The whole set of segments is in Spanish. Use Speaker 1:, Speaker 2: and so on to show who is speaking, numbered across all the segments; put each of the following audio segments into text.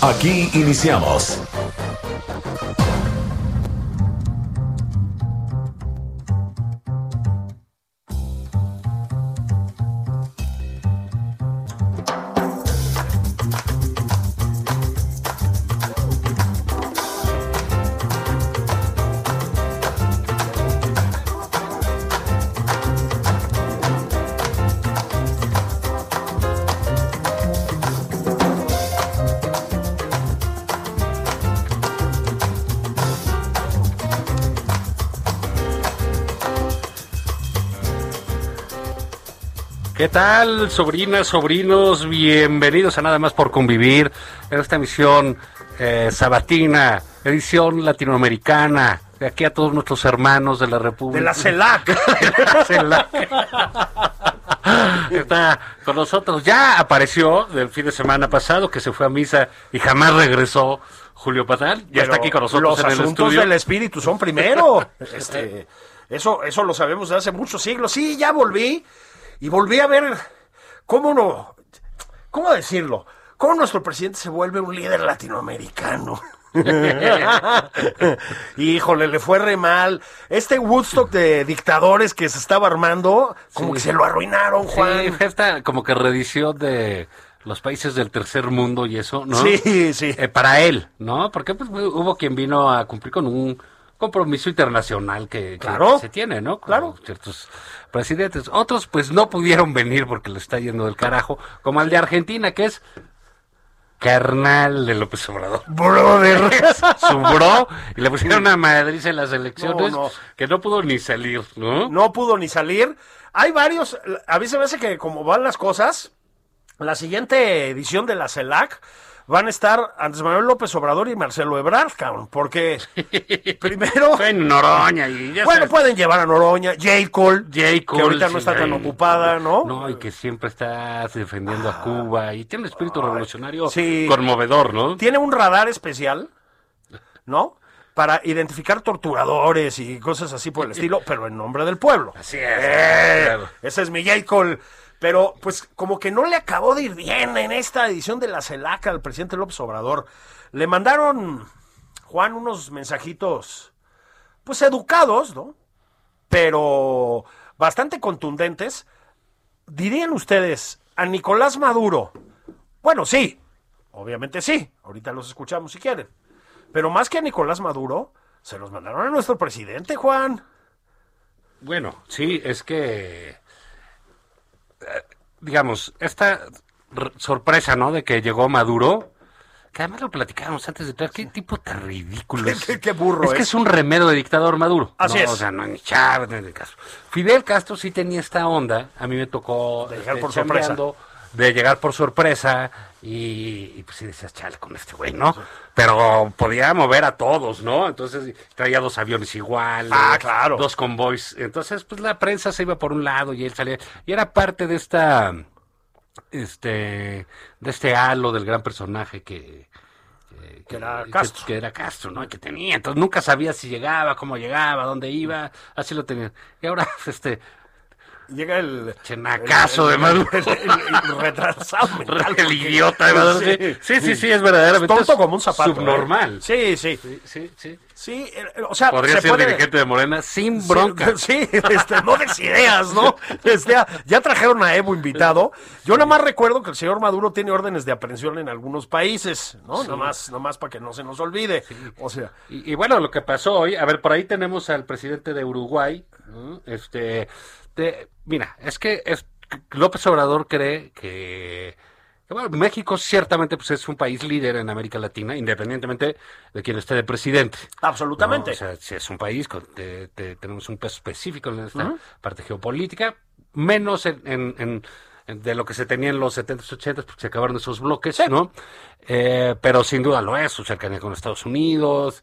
Speaker 1: Aquí iniciamos.
Speaker 2: ¿Qué tal, sobrinas, sobrinos? Bienvenidos a Nada más por convivir en esta emisión eh, sabatina, edición latinoamericana. De aquí a todos nuestros hermanos de la República.
Speaker 3: De la CELAC.
Speaker 2: De la CELAC. Está con nosotros. Ya apareció del fin de semana pasado que se fue a misa y jamás regresó Julio Patán. Ya
Speaker 3: Pero
Speaker 2: está aquí con nosotros
Speaker 3: Los
Speaker 2: en el
Speaker 3: asuntos
Speaker 2: estudio.
Speaker 3: del espíritu son primero. Este, eso, eso lo sabemos de hace muchos siglos. Sí, ya volví y volví a ver cómo no, cómo decirlo, cómo nuestro presidente se vuelve un líder latinoamericano. Híjole, le fue re mal. Este Woodstock de dictadores que se estaba armando, como
Speaker 2: Sí.
Speaker 3: que se lo arruinaron, Juan.
Speaker 2: Sí, fue esta como que reedición de los países del tercer mundo y eso, ¿no?
Speaker 3: Sí, sí.
Speaker 2: Eh, para él, ¿no? Porque pues, hubo quien vino a cumplir con un compromiso internacional que, que
Speaker 3: Claro.
Speaker 2: se tiene, ¿no? Con
Speaker 3: Claro.
Speaker 2: Ciertos presidentes. Otros pues no pudieron venir porque le está yendo del carajo, como al de Argentina, que es carnal de López Obrador.
Speaker 3: Brother.
Speaker 2: Su bro, y le pusieron una madriz en las elecciones
Speaker 3: No, no.
Speaker 2: que no pudo ni salir, ¿no?
Speaker 3: no pudo ni salir. Hay varios, a mí se me hace que como van las cosas, la siguiente edición de la CELAC van a estar Andrés Manuel López Obrador y Marcelo Ebrard, cabrón, porque primero,
Speaker 2: Fue en Noroña y ya
Speaker 3: bueno,
Speaker 2: sabes.
Speaker 3: pueden llevar a Noroña, J. Cole,
Speaker 2: J. Cole,
Speaker 3: que ahorita no
Speaker 2: sí,
Speaker 3: está tan
Speaker 2: ahí.
Speaker 3: ocupada, ¿no? Ah.
Speaker 2: No, y que siempre está defendiendo a Cuba y tiene un espíritu revolucionario
Speaker 3: sí.
Speaker 2: conmovedor, ¿no?
Speaker 3: Tiene un radar especial, ¿no? Para identificar torturadores y cosas así por el estilo, pero en nombre del pueblo.
Speaker 2: Así es.
Speaker 3: Eh,
Speaker 2: claro.
Speaker 3: Ese es mi J. Cole. Pero, pues, como que no le acabó de ir bien en esta edición de la CELAC al presidente López Obrador. Le mandaron, Juan, unos mensajitos, pues, educados, ¿no? Pero bastante contundentes. ¿Dirían ustedes a Nicolás Maduro? Bueno, sí, obviamente sí. Ahorita los escuchamos si quieren. Pero más que a Nicolás Maduro, se los mandaron a nuestro presidente, Juan.
Speaker 2: Bueno, sí, es que, eh, digamos, esta r- sorpresa, ¿no? De que llegó Maduro, que además lo platicábamos antes de entrar, qué tipo tan ridículo. es.
Speaker 3: qué- qué burro
Speaker 2: Es que
Speaker 3: es.
Speaker 2: es un remedio de dictador Maduro.
Speaker 3: Así
Speaker 2: No,
Speaker 3: es.
Speaker 2: O sea, no, ni Chávez, ni el Castro. Fidel Castro sí tenía esta onda, a mí me tocó...
Speaker 3: De llegar
Speaker 2: este,
Speaker 3: por sorpresa.
Speaker 2: chambeando, De llegar por sorpresa y, y, pues sí decías, chale, con este güey, ¿no? Pero podía mover a todos, ¿no? Entonces traía dos aviones iguales.
Speaker 3: Ah, claro.
Speaker 2: Dos convoys. Entonces, pues la prensa se iba por un lado y él salía. Y era parte de esta. Este. De este halo del gran personaje que. eh, Que
Speaker 3: era Castro.
Speaker 2: Que, era Castro, ¿no? Que tenía. Entonces nunca sabía si llegaba, cómo llegaba, dónde iba. Así lo tenía. Y ahora, este.
Speaker 3: Llega el.
Speaker 2: Chenacazo de Maduro.
Speaker 3: El, el- el retrasado mental.
Speaker 2: El idiota de Maduro. Sí,
Speaker 3: Sí,
Speaker 2: sí, sí, sí, es verdaderamente.
Speaker 3: Tonto como un zapato. ¿eh?
Speaker 2: Subnormal.
Speaker 3: Sí, sí.
Speaker 2: sí, sí.
Speaker 3: Sí, eh, eh, o sea,
Speaker 2: Podría
Speaker 3: se
Speaker 2: ser
Speaker 3: puede-
Speaker 2: dirigente de Morena sin bronca.
Speaker 3: Sí, este, no des ideas, ¿no? Este, ya- ya trajeron a Evo invitado. Yo nada más recuerdo que el señor Maduro tiene órdenes de aprehensión en algunos países, ¿no? Nada más, nada más para que no se nos olvide. O sea,
Speaker 2: Y, y bueno, lo que pasó hoy, a ver, por ahí tenemos al presidente de Uruguay, ¿no? este, de- mira, es que es- López Obrador cree que Bueno, México ciertamente pues, es un país líder en América Latina, independientemente de quien esté de presidente.
Speaker 3: Absolutamente.
Speaker 2: No, o sea, si es un país, con- te- te- tenemos un peso específico en esta parte geopolítica, menos en, en- en- en- de lo que se tenía en los 70s, 80s, porque se acabaron esos bloques, ¿no? Eh, pero sin duda lo es, su cercanía con Estados Unidos,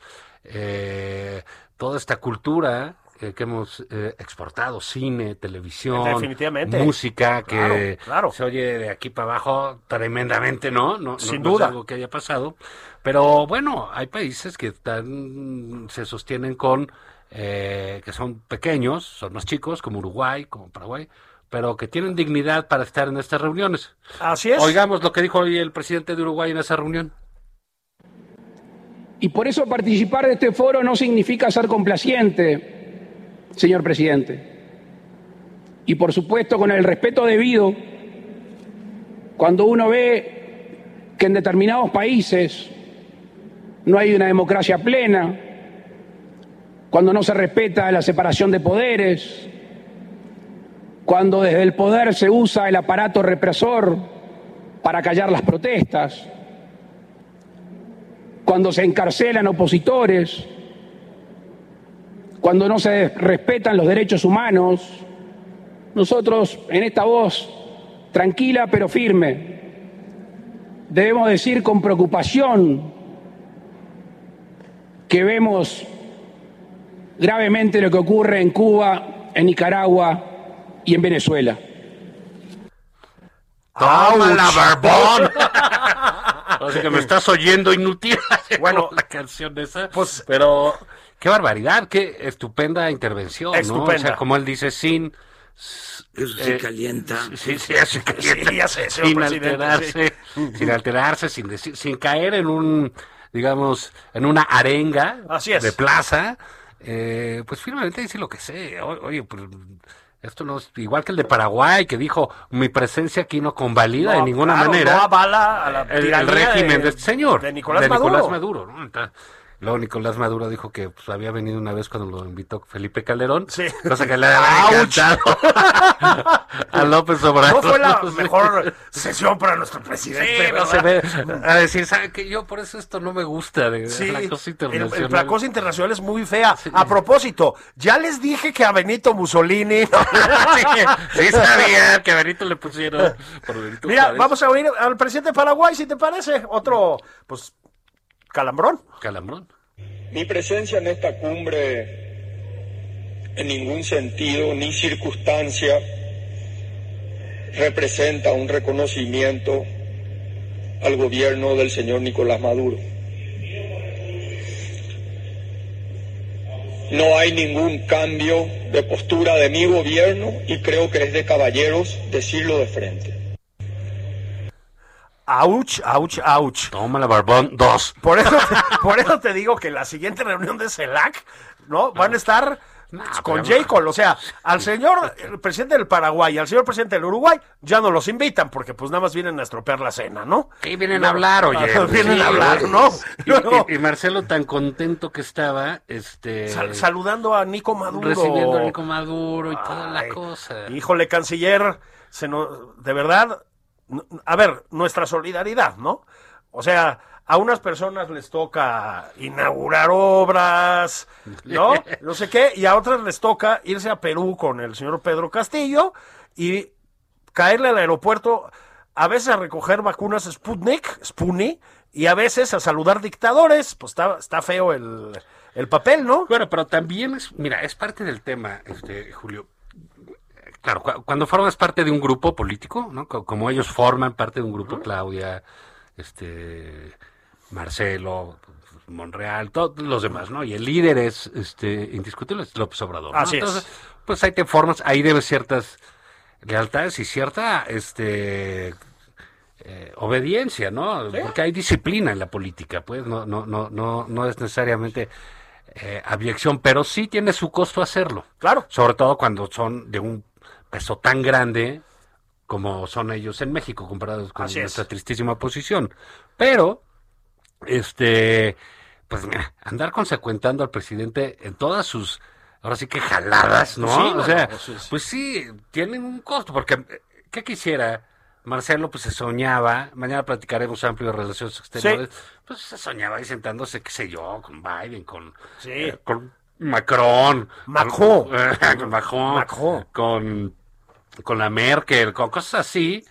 Speaker 2: eh, toda esta cultura eh, que hemos eh, exportado, cine, televisión,
Speaker 3: Definitivamente.
Speaker 2: música,
Speaker 3: Claro,
Speaker 2: que
Speaker 3: claro.
Speaker 2: se oye de aquí para abajo tremendamente, ¿no? no no-
Speaker 3: Sin
Speaker 2: no es
Speaker 3: duda.
Speaker 2: algo que haya pasado. Pero bueno, hay países que están, se sostienen con, eh, que son pequeños, son más chicos, como Uruguay, como Paraguay, pero que tienen dignidad para estar en estas reuniones.
Speaker 3: Así es.
Speaker 2: Oigamos lo que dijo hoy el presidente de Uruguay en esa reunión.
Speaker 4: Y por eso participar de este foro no significa ser complaciente, señor presidente. Y por supuesto con el respeto debido, cuando uno ve que en determinados países no hay una democracia plena, cuando no se respeta la separación de poderes, cuando desde el poder se usa el aparato represor para callar las protestas cuando se encarcelan opositores, cuando no se respetan los derechos humanos, nosotros en esta voz tranquila pero firme debemos decir con preocupación que vemos gravemente lo que ocurre en Cuba, en Nicaragua y en Venezuela.
Speaker 2: ¡Toma
Speaker 3: ¡Auch!
Speaker 2: la barbón! Así que me estás oyendo inútil.
Speaker 3: Bueno,
Speaker 2: Bueno, la canción esa.
Speaker 3: pues-
Speaker 2: pero qué barbaridad, qué estupenda intervención, ¿no? O
Speaker 3: Estupenda.
Speaker 2: sea, como él dice, sin
Speaker 5: Eso se
Speaker 2: Eh,
Speaker 5: calienta.
Speaker 2: Sí, sí, así que-
Speaker 3: Sí, ya sé, señor
Speaker 2: sin
Speaker 3: presidente,
Speaker 2: alterarse, Mm. sin alterarse, sin decir- sin caer en un, digamos, en una arenga
Speaker 3: Así es.
Speaker 2: de plaza, eh, pues firmemente dice lo que sé. O- oye, pues, esto no es igual que el de Paraguay que dijo mi presencia aquí no convalida de
Speaker 3: No,
Speaker 2: ninguna
Speaker 3: claro,
Speaker 2: manera
Speaker 3: no avala a la
Speaker 2: el- el,
Speaker 3: tiranía
Speaker 2: régimen
Speaker 3: de-
Speaker 2: de, este señor.
Speaker 3: de Nicolás Maduro.
Speaker 2: ¿no? Entonces, Luego Nicolás Maduro dijo que pues, había venido una vez cuando lo invitó Felipe Calderón,
Speaker 3: Sí.
Speaker 2: cosa que le había
Speaker 3: ¡Auch!
Speaker 2: encantado a López Obrador.
Speaker 3: No fue la
Speaker 2: No sé.
Speaker 3: mejor sesión para nuestro
Speaker 2: Sí,
Speaker 3: presidente.
Speaker 2: no se
Speaker 3: ¿verdad?
Speaker 2: ve a decir, ¿sabe qué? Yo por eso esto no me gusta de
Speaker 3: Sí,
Speaker 2: la cosa
Speaker 3: el- el-
Speaker 2: internacional.
Speaker 3: la cosa internacional es muy fea. A propósito, ya les dije que a Benito Mussolini.
Speaker 2: sí, sí sabía que a Benito le pusieron por Benito
Speaker 3: Mira,
Speaker 2: Juárez.
Speaker 3: vamos a oír al presidente de Paraguay, si te parece. Otro, pues, calambrón.
Speaker 2: Calambrón.
Speaker 6: Mi presencia en esta cumbre en ningún sentido ni circunstancia representa un reconocimiento al gobierno del señor Nicolás Maduro. No hay ningún cambio de postura de mi gobierno y creo que es de caballeros decirlo de frente.
Speaker 3: Auch, auch, auch.
Speaker 2: Toma la barbón dos.
Speaker 3: Por eso, por eso te digo que la siguiente reunión de CELAC, ¿no? Van a estar
Speaker 2: No,
Speaker 3: con
Speaker 2: pero-
Speaker 3: J. Cole. O sea, al señor el presidente del Paraguay y al señor presidente del Uruguay ya no los invitan porque pues nada más vienen a estropear la cena, ¿no?
Speaker 2: Sí, vienen a hablar, oye.
Speaker 3: vienen
Speaker 2: Sí,
Speaker 3: a hablar,
Speaker 2: güey.
Speaker 3: ¿no?
Speaker 2: Y,
Speaker 3: Luego,
Speaker 2: y- y Marcelo tan contento que estaba, este...
Speaker 3: sal- saludando a Nico Maduro.
Speaker 2: Recibiendo a Nico Maduro y toda la
Speaker 3: Ay,
Speaker 2: cosa.
Speaker 3: Híjole, canciller, se nos, de verdad, n- a ver, nuestra solidaridad, ¿no? O sea, a unas personas les toca inaugurar obras, ¿no? No sé qué, y a otras les toca irse a Perú con el señor Pedro Castillo y caerle al aeropuerto a veces a recoger vacunas Sputnik, Spuni, y a veces a saludar dictadores, pues está, está feo el, el papel, ¿no?
Speaker 2: Bueno, pero también es, mira, es parte del tema, este, Julio. Claro, cu- cuando formas parte de un grupo político, ¿no? Co- Como ellos forman parte de un grupo, Claudia, este, Marcelo, Monreal, todos los demás, ¿no? Y el líder es, este, indiscutible, es López Obrador. ¿no?
Speaker 3: Así es.
Speaker 2: Entonces, pues ahí te formas, ahí debes ciertas lealtades y cierta, este, eh, obediencia, ¿no? Porque hay disciplina en la política, pues no no no no no es necesariamente eh, abyección, pero sí tiene su costo hacerlo.
Speaker 3: Claro.
Speaker 2: Sobre todo cuando son de un peso tan grande como son ellos en México comparados con
Speaker 3: Así es.
Speaker 2: nuestra tristísima posición. Pero este pues mira, andar consecuentando al presidente en todas sus ahora sí que jaladas, ¿no?
Speaker 3: Sí,
Speaker 2: o sea,
Speaker 3: bueno, pues, sí.
Speaker 2: pues sí, tienen un costo porque eh, ¿qué quisiera Marcelo pues se soñaba, mañana platicaremos amplio de relaciones exteriores, pues se soñaba ahí sentándose, qué sé yo, con Biden, con,
Speaker 3: Sí.
Speaker 2: eh, con Macron,
Speaker 3: Macron.
Speaker 2: con, eh, con Macron,
Speaker 3: Macron.
Speaker 2: con con la Merkel, con cosas así.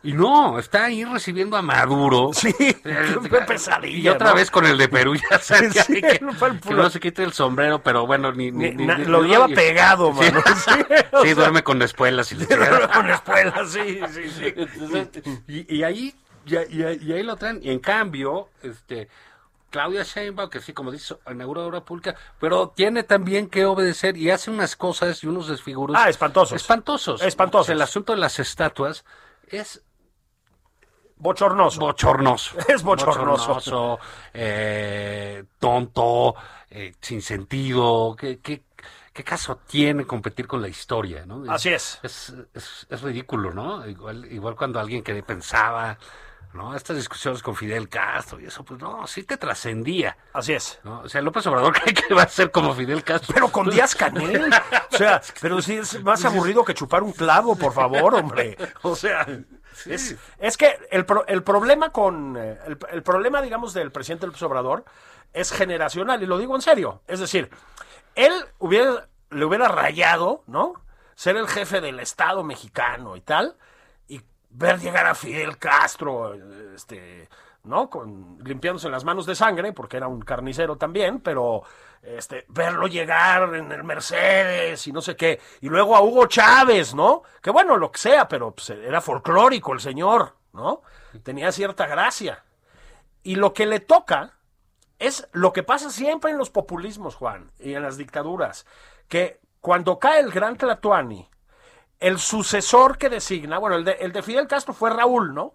Speaker 2: Y no, está ahí recibiendo a Maduro.
Speaker 3: Sí, qué pesadilla,
Speaker 2: Y otra
Speaker 3: ¿no?
Speaker 2: vez con el de Perú, ya sabes
Speaker 3: Sí,
Speaker 2: que, que
Speaker 3: no
Speaker 2: no,
Speaker 3: fue el puro-
Speaker 2: se quite el sombrero, pero bueno, ni... ni-
Speaker 3: Ni-
Speaker 2: ni-
Speaker 3: na-
Speaker 2: ni-
Speaker 3: lo
Speaker 2: ni-
Speaker 3: lleva
Speaker 2: y-
Speaker 3: pegado,
Speaker 2: Sí,
Speaker 3: mano. Sí, o
Speaker 2: Sí,
Speaker 3: sea.
Speaker 2: duerme con espuelas y le
Speaker 3: con espuela, sí, sí, sí.
Speaker 2: Entonces, y, y ahí y, y- y ahí lo traen y en cambio este Claudia Sheinbaum que sí como dice inaugura obra pública pero tiene también que obedecer y hace unas cosas y unos desfiguros
Speaker 3: Ah, espantosos.
Speaker 2: espantosos
Speaker 3: Espantosos.
Speaker 2: O sea, el asunto de las estatuas es
Speaker 3: Bochornoso.
Speaker 2: bochornoso
Speaker 3: Es bochornoso.
Speaker 2: Bochornoso, eh, tonto eh, sin sentido ¿Qué, qué, qué caso tiene competir con la historia no
Speaker 3: Así es.
Speaker 2: es, es, es ridículo, ¿no? Igual, igual cuando alguien que pensaba, ¿no? Estas discusiones con Fidel Castro y eso, pues no, sí te trascendía,
Speaker 3: Así es.
Speaker 2: ¿no? O sea, López Obrador cree que va a ser como Fidel Castro.
Speaker 3: Pero con Díaz Canel. O sea, pero sí es más aburrido que chupar un clavo, por favor, hombre. O sea, es, es que el, pro- el problema con. eh, El, el problema, digamos, del presidente López Obrador es generacional, y lo digo en serio. Es decir, él hubiera, le hubiera rayado, ¿no? Ser el jefe del Estado mexicano y tal, y ver llegar a Fidel Castro, este, ¿no? Con, limpiándose las manos de sangre, porque era un carnicero también, pero este, verlo llegar en el Mercedes y no sé qué. Y luego a Hugo Chávez, ¿no? Que bueno, lo que sea, pero pues, era folclórico el señor, ¿no? Tenía cierta gracia. Y lo que le toca es lo que pasa siempre en los populismos, Juan, y en las dictaduras, que cuando cae el gran Tlatuani, el sucesor que designa, bueno, el de, el de Fidel Castro fue Raúl, ¿no?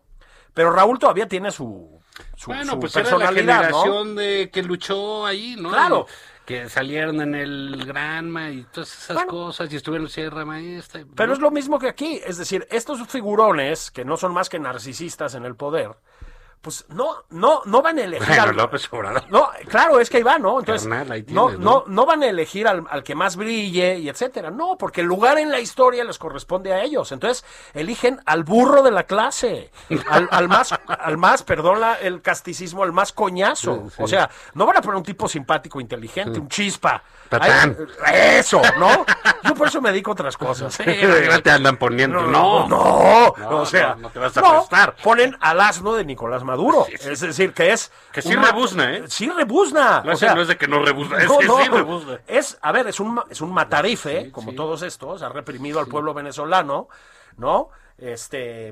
Speaker 3: Pero Raúl todavía tiene su, su,
Speaker 2: bueno,
Speaker 3: su
Speaker 2: pues era la
Speaker 3: personalidad, ¿no?
Speaker 2: generación de que luchó ahí, ¿no?
Speaker 3: Claro.
Speaker 2: Y Que salieron en el Granma y todas esas
Speaker 3: Bueno.
Speaker 2: cosas y estuvieron en Sierra Maestra. y-
Speaker 3: Pero es lo mismo que aquí, es decir, estos figurones, que no son más que narcisistas en el poder, pues no, no, no van a elegir
Speaker 2: Bueno,
Speaker 3: al-
Speaker 2: López Obrador.
Speaker 3: No, claro, es que ahí va, ¿no? Entonces,
Speaker 2: Carnal, ahí
Speaker 3: no,
Speaker 2: tienes,
Speaker 3: no,
Speaker 2: ¿no?
Speaker 3: no van a elegir al, al que más brille y etcétera. No, porque el lugar en la historia les corresponde a ellos. Entonces, eligen al burro de la clase, al, al más, al más, perdón la- el casticismo, al más coñazo.
Speaker 2: Sí, sí.
Speaker 3: O sea, no van a poner un tipo simpático, inteligente, un chispa.
Speaker 2: Tatán.
Speaker 3: Ahí- eso, ¿no? Yo por eso me dedico a otras cosas. ¿eh?
Speaker 2: Sí, ya te andan poniendo. No,
Speaker 3: No, no,
Speaker 2: No,
Speaker 3: o sea,
Speaker 2: no, no te vas a
Speaker 3: no,
Speaker 2: prestar.
Speaker 3: Ponen al asno de Nicolás Maduro, es decir, que es
Speaker 2: Que sí
Speaker 3: una-
Speaker 2: rebuzna, ¿eh?
Speaker 3: Sí rebuzna.
Speaker 2: No,
Speaker 3: o
Speaker 2: es-
Speaker 3: sea,
Speaker 2: no es de que no rebuzna, es que sí rebuzna.
Speaker 3: Es, a ver, es un ma- es un matarife, como todos estos, ha reprimido al pueblo venezolano, ¿no? Este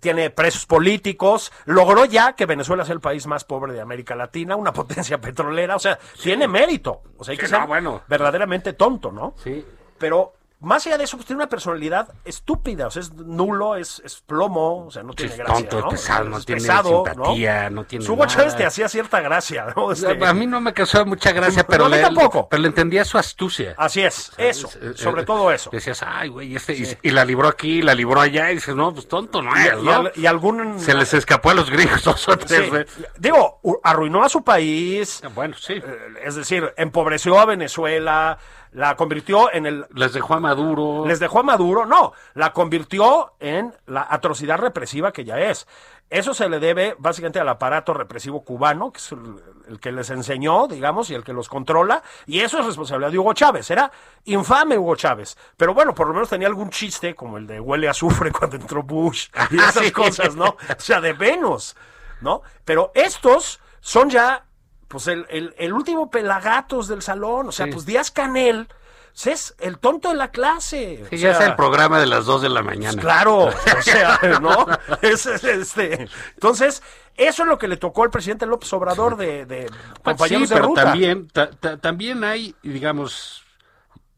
Speaker 3: tiene presos políticos, logró ya que Venezuela sea el país más pobre de América Latina, una potencia petrolera, o sea, tiene mérito. O sea, hay
Speaker 2: Sí,
Speaker 3: que
Speaker 2: no,
Speaker 3: ser
Speaker 2: bueno.
Speaker 3: verdaderamente tonto, ¿no?
Speaker 2: Sí.
Speaker 3: Pero más allá de eso, pues tiene una personalidad estúpida, o sea, es nulo, es, es plomo, o sea, no tiene
Speaker 2: es
Speaker 3: gracia.
Speaker 2: tonto, es
Speaker 3: ¿no?
Speaker 2: pesado, no
Speaker 3: Es
Speaker 2: tiene
Speaker 3: pesado,
Speaker 2: simpatía, no tiene
Speaker 3: Su Hugo
Speaker 2: nada.
Speaker 3: Chávez te hacía cierta gracia, ¿no? Este,
Speaker 2: A mí no me causó mucha gracia,
Speaker 3: No,
Speaker 2: pero,
Speaker 3: a mí
Speaker 2: le,
Speaker 3: tampoco.
Speaker 2: pero le entendía su astucia.
Speaker 3: Así es, eso,
Speaker 2: Es- es-
Speaker 3: sobre
Speaker 2: es-
Speaker 3: todo eso.
Speaker 2: Decías, ay, güey, este, y- y, la libró aquí, la libró allá, y dices, no, pues tonto no es,
Speaker 3: Y,
Speaker 2: ¿no?
Speaker 3: al- y algún...
Speaker 2: Se les escapó a los gringos dos o
Speaker 3: Sí.
Speaker 2: tres veces.
Speaker 3: Digo, u- arruinó a su país,
Speaker 2: Bueno, sí.
Speaker 3: eh, es decir, empobreció a Venezuela, la convirtió en el...
Speaker 2: Les dejó a Maduro.
Speaker 3: Les dejó a Maduro, no, la convirtió en la atrocidad represiva que ya es. Eso se le debe básicamente al aparato represivo cubano, que es el, el que les enseñó, digamos, y el que los controla, y eso es responsabilidad de Hugo Chávez. Era infame Hugo Chávez, pero bueno, por lo menos tenía algún chiste, como el de huele a azufre cuando entró Bush, y esas
Speaker 2: Sí.
Speaker 3: cosas, ¿no? O sea, de Venus, ¿no? Pero estos son ya, pues, el, el- el último pelagatos del salón. O sea, pues Díaz Canel pues, es el tonto de la clase. O
Speaker 2: Sí, ya
Speaker 3: sea, pues,
Speaker 2: es el programa de las dos de la mañana.
Speaker 3: Claro, o sea, ¿no? Es- es- este. Entonces, eso es lo que le tocó al presidente López Obrador de, de
Speaker 2: Pues
Speaker 3: compañeros
Speaker 2: sí,
Speaker 3: de
Speaker 2: pero
Speaker 3: ruta.
Speaker 2: también, ta- ta- también hay, digamos,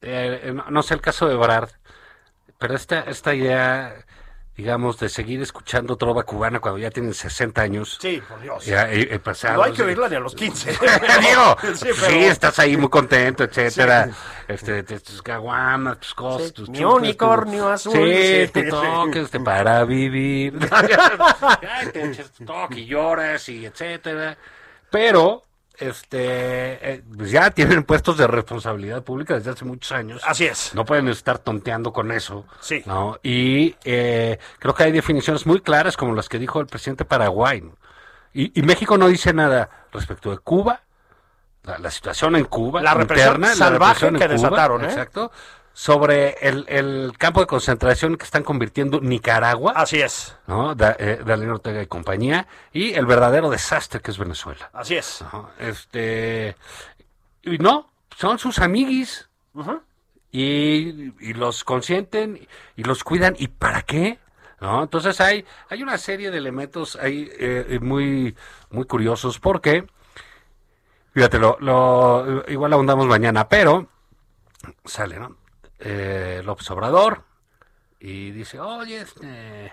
Speaker 2: eh, no, no sé el caso de Brad, pero esta, esta idea, digamos, de seguir escuchando trova cubana cuando ya tienen 60 años.
Speaker 3: Sí, por Dios.
Speaker 2: Ya, eh, eh, pasados,
Speaker 3: No hay que
Speaker 2: eh,
Speaker 3: oírla ni a los 15.
Speaker 2: Digo, pues
Speaker 3: Sí,
Speaker 2: sí,
Speaker 3: pero-
Speaker 2: estás ahí muy contento, etcétera. Este, te- tus caguamas, tus cosas,
Speaker 3: Sí,
Speaker 2: tus
Speaker 3: mi
Speaker 2: chupes,
Speaker 3: unicornio
Speaker 2: tu-
Speaker 3: azul,
Speaker 2: Sí,
Speaker 3: sí,
Speaker 2: tu
Speaker 3: sí.
Speaker 2: toque, este, para vivir. Ay, te echas tu toque y lloras y etcétera. Pero este, eh, pues ya tienen puestos de responsabilidad pública desde hace muchos años.
Speaker 3: Así es.
Speaker 2: No pueden estar tonteando con eso.
Speaker 3: Sí.
Speaker 2: ¿no? Y eh, creo que hay definiciones muy claras como las que dijo el presidente Paraguay. ¿no? Y, y México no dice nada respecto de Cuba, la, la situación en Cuba,
Speaker 3: La represión salvaje
Speaker 2: en
Speaker 3: que desataron, ¿eh?
Speaker 2: Exacto. Sobre el, el campo de concentración que están convirtiendo Nicaragua.
Speaker 3: Así es.
Speaker 2: ¿no? Da, eh, Daniel Ortega y compañía, y el verdadero desastre que es Venezuela.
Speaker 3: Así es.
Speaker 2: ¿no? Este, y no, son sus amiguis
Speaker 3: Ujú.
Speaker 2: y, y los consienten y los cuidan. ¿Y para qué? ¿No? Entonces hay, hay una serie de elementos ahí eh, muy, muy curiosos porque, fíjate, lo, lo- igual ahondamos mañana, pero sale, ¿no? Eh, López Obrador y dice, oye, este,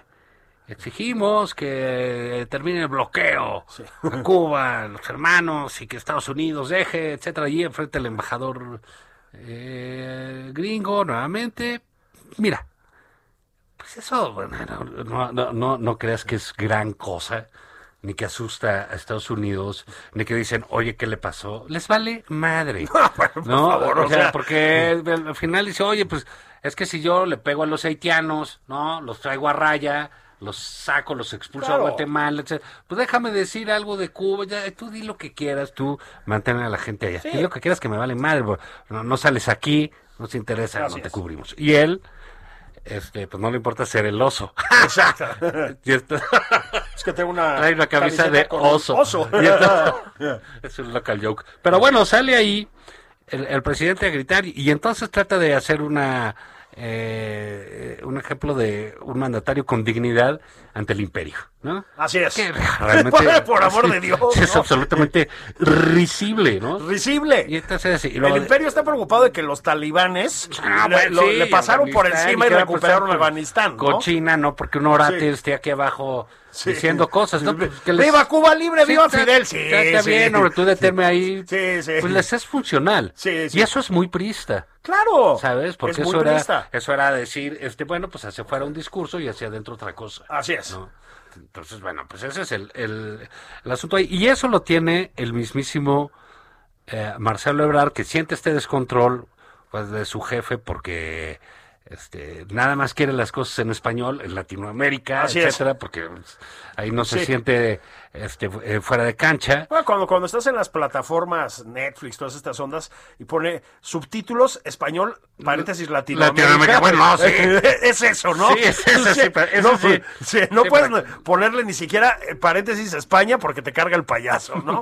Speaker 2: exigimos que termine el bloqueo a Cuba, a los hermanos y que Estados Unidos deje, etcétera, allí enfrente al embajador eh, gringo nuevamente. Mira, pues eso, bueno, no, no, no, no, no creas que es gran cosa, ni que asusta a Estados Unidos, ni que dicen, oye, ¿qué le pasó? Les vale madre. No,
Speaker 3: favor,
Speaker 2: o
Speaker 3: o
Speaker 2: sea,
Speaker 3: sea.
Speaker 2: porque al final dice, oye, pues es que si yo le pego a los haitianos, ¿no? Los traigo a raya, los saco, los expulso
Speaker 3: Claro.
Speaker 2: a Guatemala, etc. Pues déjame decir algo de Cuba, ya, tú di lo que quieras, tú mantén a la gente allá. Di lo que quieras que me vale madre, bro. no, no sales aquí, no te interesa, no te cubrimos. Y él, este, pues no le importa ser el oso.
Speaker 3: Exacto.
Speaker 2: Y esto-
Speaker 3: Es que tengo una.
Speaker 2: Trae una camisa de
Speaker 3: con un
Speaker 2: oso.
Speaker 3: Oso.
Speaker 2: Y entonces- es un local joke. Pero bueno, sale ahí el, el presidente a gritar y entonces trata de hacer una eh, un ejemplo de un mandatario con dignidad ante el imperio, ¿no?
Speaker 3: Así es.
Speaker 2: Que realmente,
Speaker 3: Por amor de Dios.
Speaker 2: Es
Speaker 3: ¿no?
Speaker 2: absolutamente risible, ¿no?
Speaker 3: Risible.
Speaker 2: Y entonces, y lo-
Speaker 3: El imperio está preocupado de que los talibanes
Speaker 2: Ah,
Speaker 3: le,
Speaker 2: bueno,
Speaker 3: lo-
Speaker 2: sí,
Speaker 3: le pasaron por
Speaker 2: Afganistán,
Speaker 3: encima y
Speaker 2: que ahora, pues,
Speaker 3: recuperaron
Speaker 2: están
Speaker 3: Afganistán.
Speaker 2: Con
Speaker 3: ¿no?
Speaker 2: China, no, porque un orate
Speaker 3: Sí.
Speaker 2: esté aquí abajo
Speaker 3: Sí.
Speaker 2: diciendo cosas. ¿no? Pues, que
Speaker 3: ¡Viva Cuba libre! ¡Viva
Speaker 2: está-
Speaker 3: Fidel! Sí,
Speaker 2: está, está
Speaker 3: sí.
Speaker 2: bien, hombre, tú deténme ahí.
Speaker 3: Sí, sí.
Speaker 2: Pues les es funcional.
Speaker 3: Sí, sí.
Speaker 2: Y eso es muy priista.
Speaker 3: Claro.
Speaker 2: ¿Sabes? Porque
Speaker 3: es
Speaker 2: eso,
Speaker 3: muy
Speaker 2: era,
Speaker 3: turista.
Speaker 2: eso era decir, este, bueno, pues hacia fuera un discurso y hacia adentro otra cosa.
Speaker 3: Así es.
Speaker 2: ¿no? Entonces, bueno, pues ese es el, el, el asunto ahí. Y eso lo tiene el mismísimo eh, Marcelo Ebrard, que siente este descontrol pues, de su jefe porque este, nada más quiere las cosas en español, en Latinoamérica,
Speaker 3: Así es.
Speaker 2: etcétera, porque pues, ahí no se
Speaker 3: Sí.
Speaker 2: siente este, fu- eh, fuera de cancha.
Speaker 3: Bueno, Ah, cuando, cuando estás en las plataformas Netflix, todas estas ondas, y pone subtítulos español, paréntesis latinoamérica.
Speaker 2: Latinoamérica, bueno, no, sí.
Speaker 3: es eso, ¿no?
Speaker 2: Sí, es eso, sí, pero eso
Speaker 3: no, pues,
Speaker 2: sí.
Speaker 3: sí, no
Speaker 2: Sí,
Speaker 3: puedes
Speaker 2: para-
Speaker 3: ponerle ni siquiera eh, paréntesis España porque te carga el payaso, ¿no?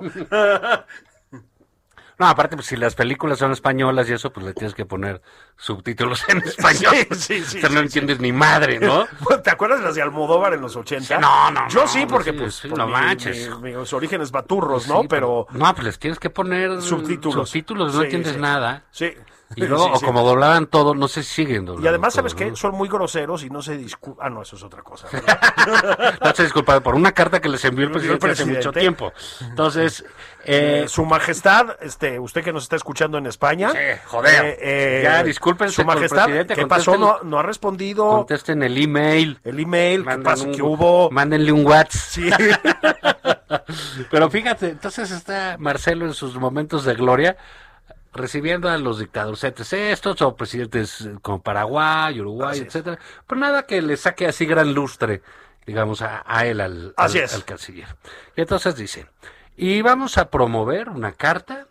Speaker 2: No, aparte, pues si las películas son españolas y eso, pues le tienes que poner subtítulos en español.
Speaker 3: Sí, sí, sí,
Speaker 2: o sea, no
Speaker 3: sí,
Speaker 2: entiendes ni madre, ¿no?
Speaker 3: ¿Te acuerdas las de Almodóvar en los 80?
Speaker 2: Sí, no, no,
Speaker 3: Yo
Speaker 2: no,
Speaker 3: sí, porque
Speaker 2: sí,
Speaker 3: pues
Speaker 2: sí,
Speaker 3: por
Speaker 2: no
Speaker 3: mi-
Speaker 2: manches.
Speaker 3: mi- mis orígenes baturros, ¿no?
Speaker 2: Sí,
Speaker 3: pero
Speaker 2: No, pues les tienes que poner
Speaker 3: subtítulos.
Speaker 2: subtítulos, no
Speaker 3: Sí,
Speaker 2: entiendes
Speaker 3: sí.
Speaker 2: nada.
Speaker 3: Sí.
Speaker 2: Y luego,
Speaker 3: Sí,
Speaker 2: o
Speaker 3: sí.
Speaker 2: como doblaban todo, no sé si siguen doblando.
Speaker 3: Y además,
Speaker 2: todo,
Speaker 3: ¿sabes
Speaker 2: ¿no?
Speaker 3: qué? Son muy groseros y no se discu... Ah, no, eso es otra cosa. eh, ¿verdad?
Speaker 2: No sé, disculpa, por una carta que les envió el
Speaker 3: El
Speaker 2: presidente,
Speaker 3: presidente.
Speaker 2: hace mucho tiempo. Entonces,
Speaker 3: Eh,
Speaker 2: eh,
Speaker 3: su majestad, este, usted que nos está escuchando en España. eh,
Speaker 2: Sí, joder. Ya, discúlpense
Speaker 3: Su
Speaker 2: con el
Speaker 3: majestad,
Speaker 2: presidente,
Speaker 3: ¿qué pasó? No,
Speaker 2: contesten-
Speaker 3: no ha respondido
Speaker 2: contesten el email.
Speaker 3: el email, ¿qué
Speaker 2: Manden
Speaker 3: pasó?
Speaker 2: un-
Speaker 3: ¿Qué hubo?
Speaker 2: Mándenle un WhatsApp.
Speaker 3: Sí,
Speaker 2: Pero fíjate, entonces está Marcelo en sus momentos de gloria recibiendo a los dictadorcetes estos o presidentes eh, como Paraguay, Uruguay, etcétera, pero nada que le saque así gran lustre, digamos, a, a él, al,
Speaker 3: Así
Speaker 2: al-
Speaker 3: es.
Speaker 2: al canciller. Y entonces dice, y vamos a promover una carta,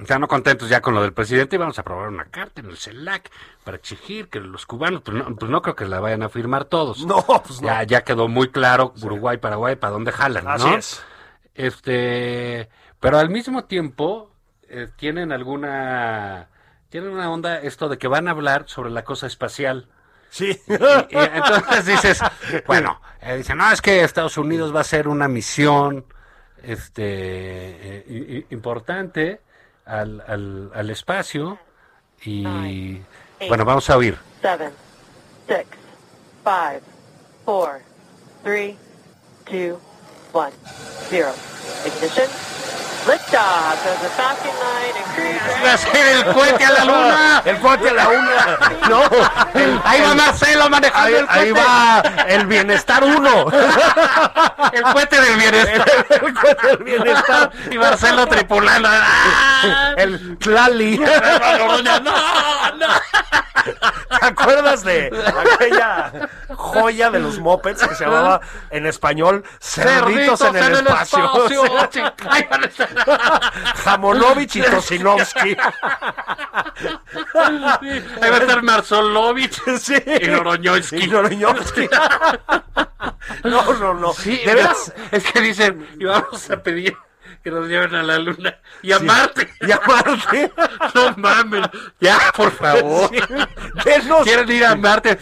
Speaker 2: ya no contentos ya con lo del presidente, y vamos a promover una carta en el CELAC para exigir que los cubanos, pues no, pues no creo que la vayan a firmar todos.
Speaker 3: no, pues no.
Speaker 2: Ya, ya quedó muy claro Uruguay, Paraguay, para dónde jalan, ¿no?
Speaker 3: Así es.
Speaker 2: Este, pero al mismo tiempo eh, tienen alguna tienen una onda esto de que van a hablar sobre la cosa espacial.
Speaker 3: Sí.
Speaker 2: Y, eh, entonces dices, bueno, eh, dicen, no, es que Estados Unidos va a hacer una misión este eh, i- i- importante al, al, al espacio y bueno, vamos a oír.
Speaker 5: seven, six, five, four, three, two, one, zero. Ignition. Liftoff of the Falcon 9 and Crew.
Speaker 2: ¡Va a ser el cohete a la luna!
Speaker 3: El cuate a la una. No. el-
Speaker 2: ¡Ahí va Marcelo manejando
Speaker 3: Ahí,
Speaker 2: el cohete!
Speaker 3: ahí va el bienestar uno.
Speaker 2: ¡El cohete del bienestar!
Speaker 3: El del bienestar.
Speaker 2: Y Marcelo tripulando. ¡Ah!
Speaker 3: El Tlali.
Speaker 2: No, no.
Speaker 3: ¿Te acuerdas de aquella joya de los mopeds que se llamaba en español Cerditos, en, el espacio?
Speaker 2: espacio, chica.
Speaker 3: Jamonovich y Tosinovsky.
Speaker 2: Ahí va a estar Marzolovich.
Speaker 3: Sí.
Speaker 2: Y Noroñoski.
Speaker 3: Y Noroñoski. No, no, no.
Speaker 2: Sí,
Speaker 3: de veras,
Speaker 2: Es que dicen, y vamos a pedir que nos lleven a la luna y a Marte.
Speaker 3: llamarte.
Speaker 2: No mames. Ya, por favor.
Speaker 3: Denos-
Speaker 2: Quieren ir a Marte.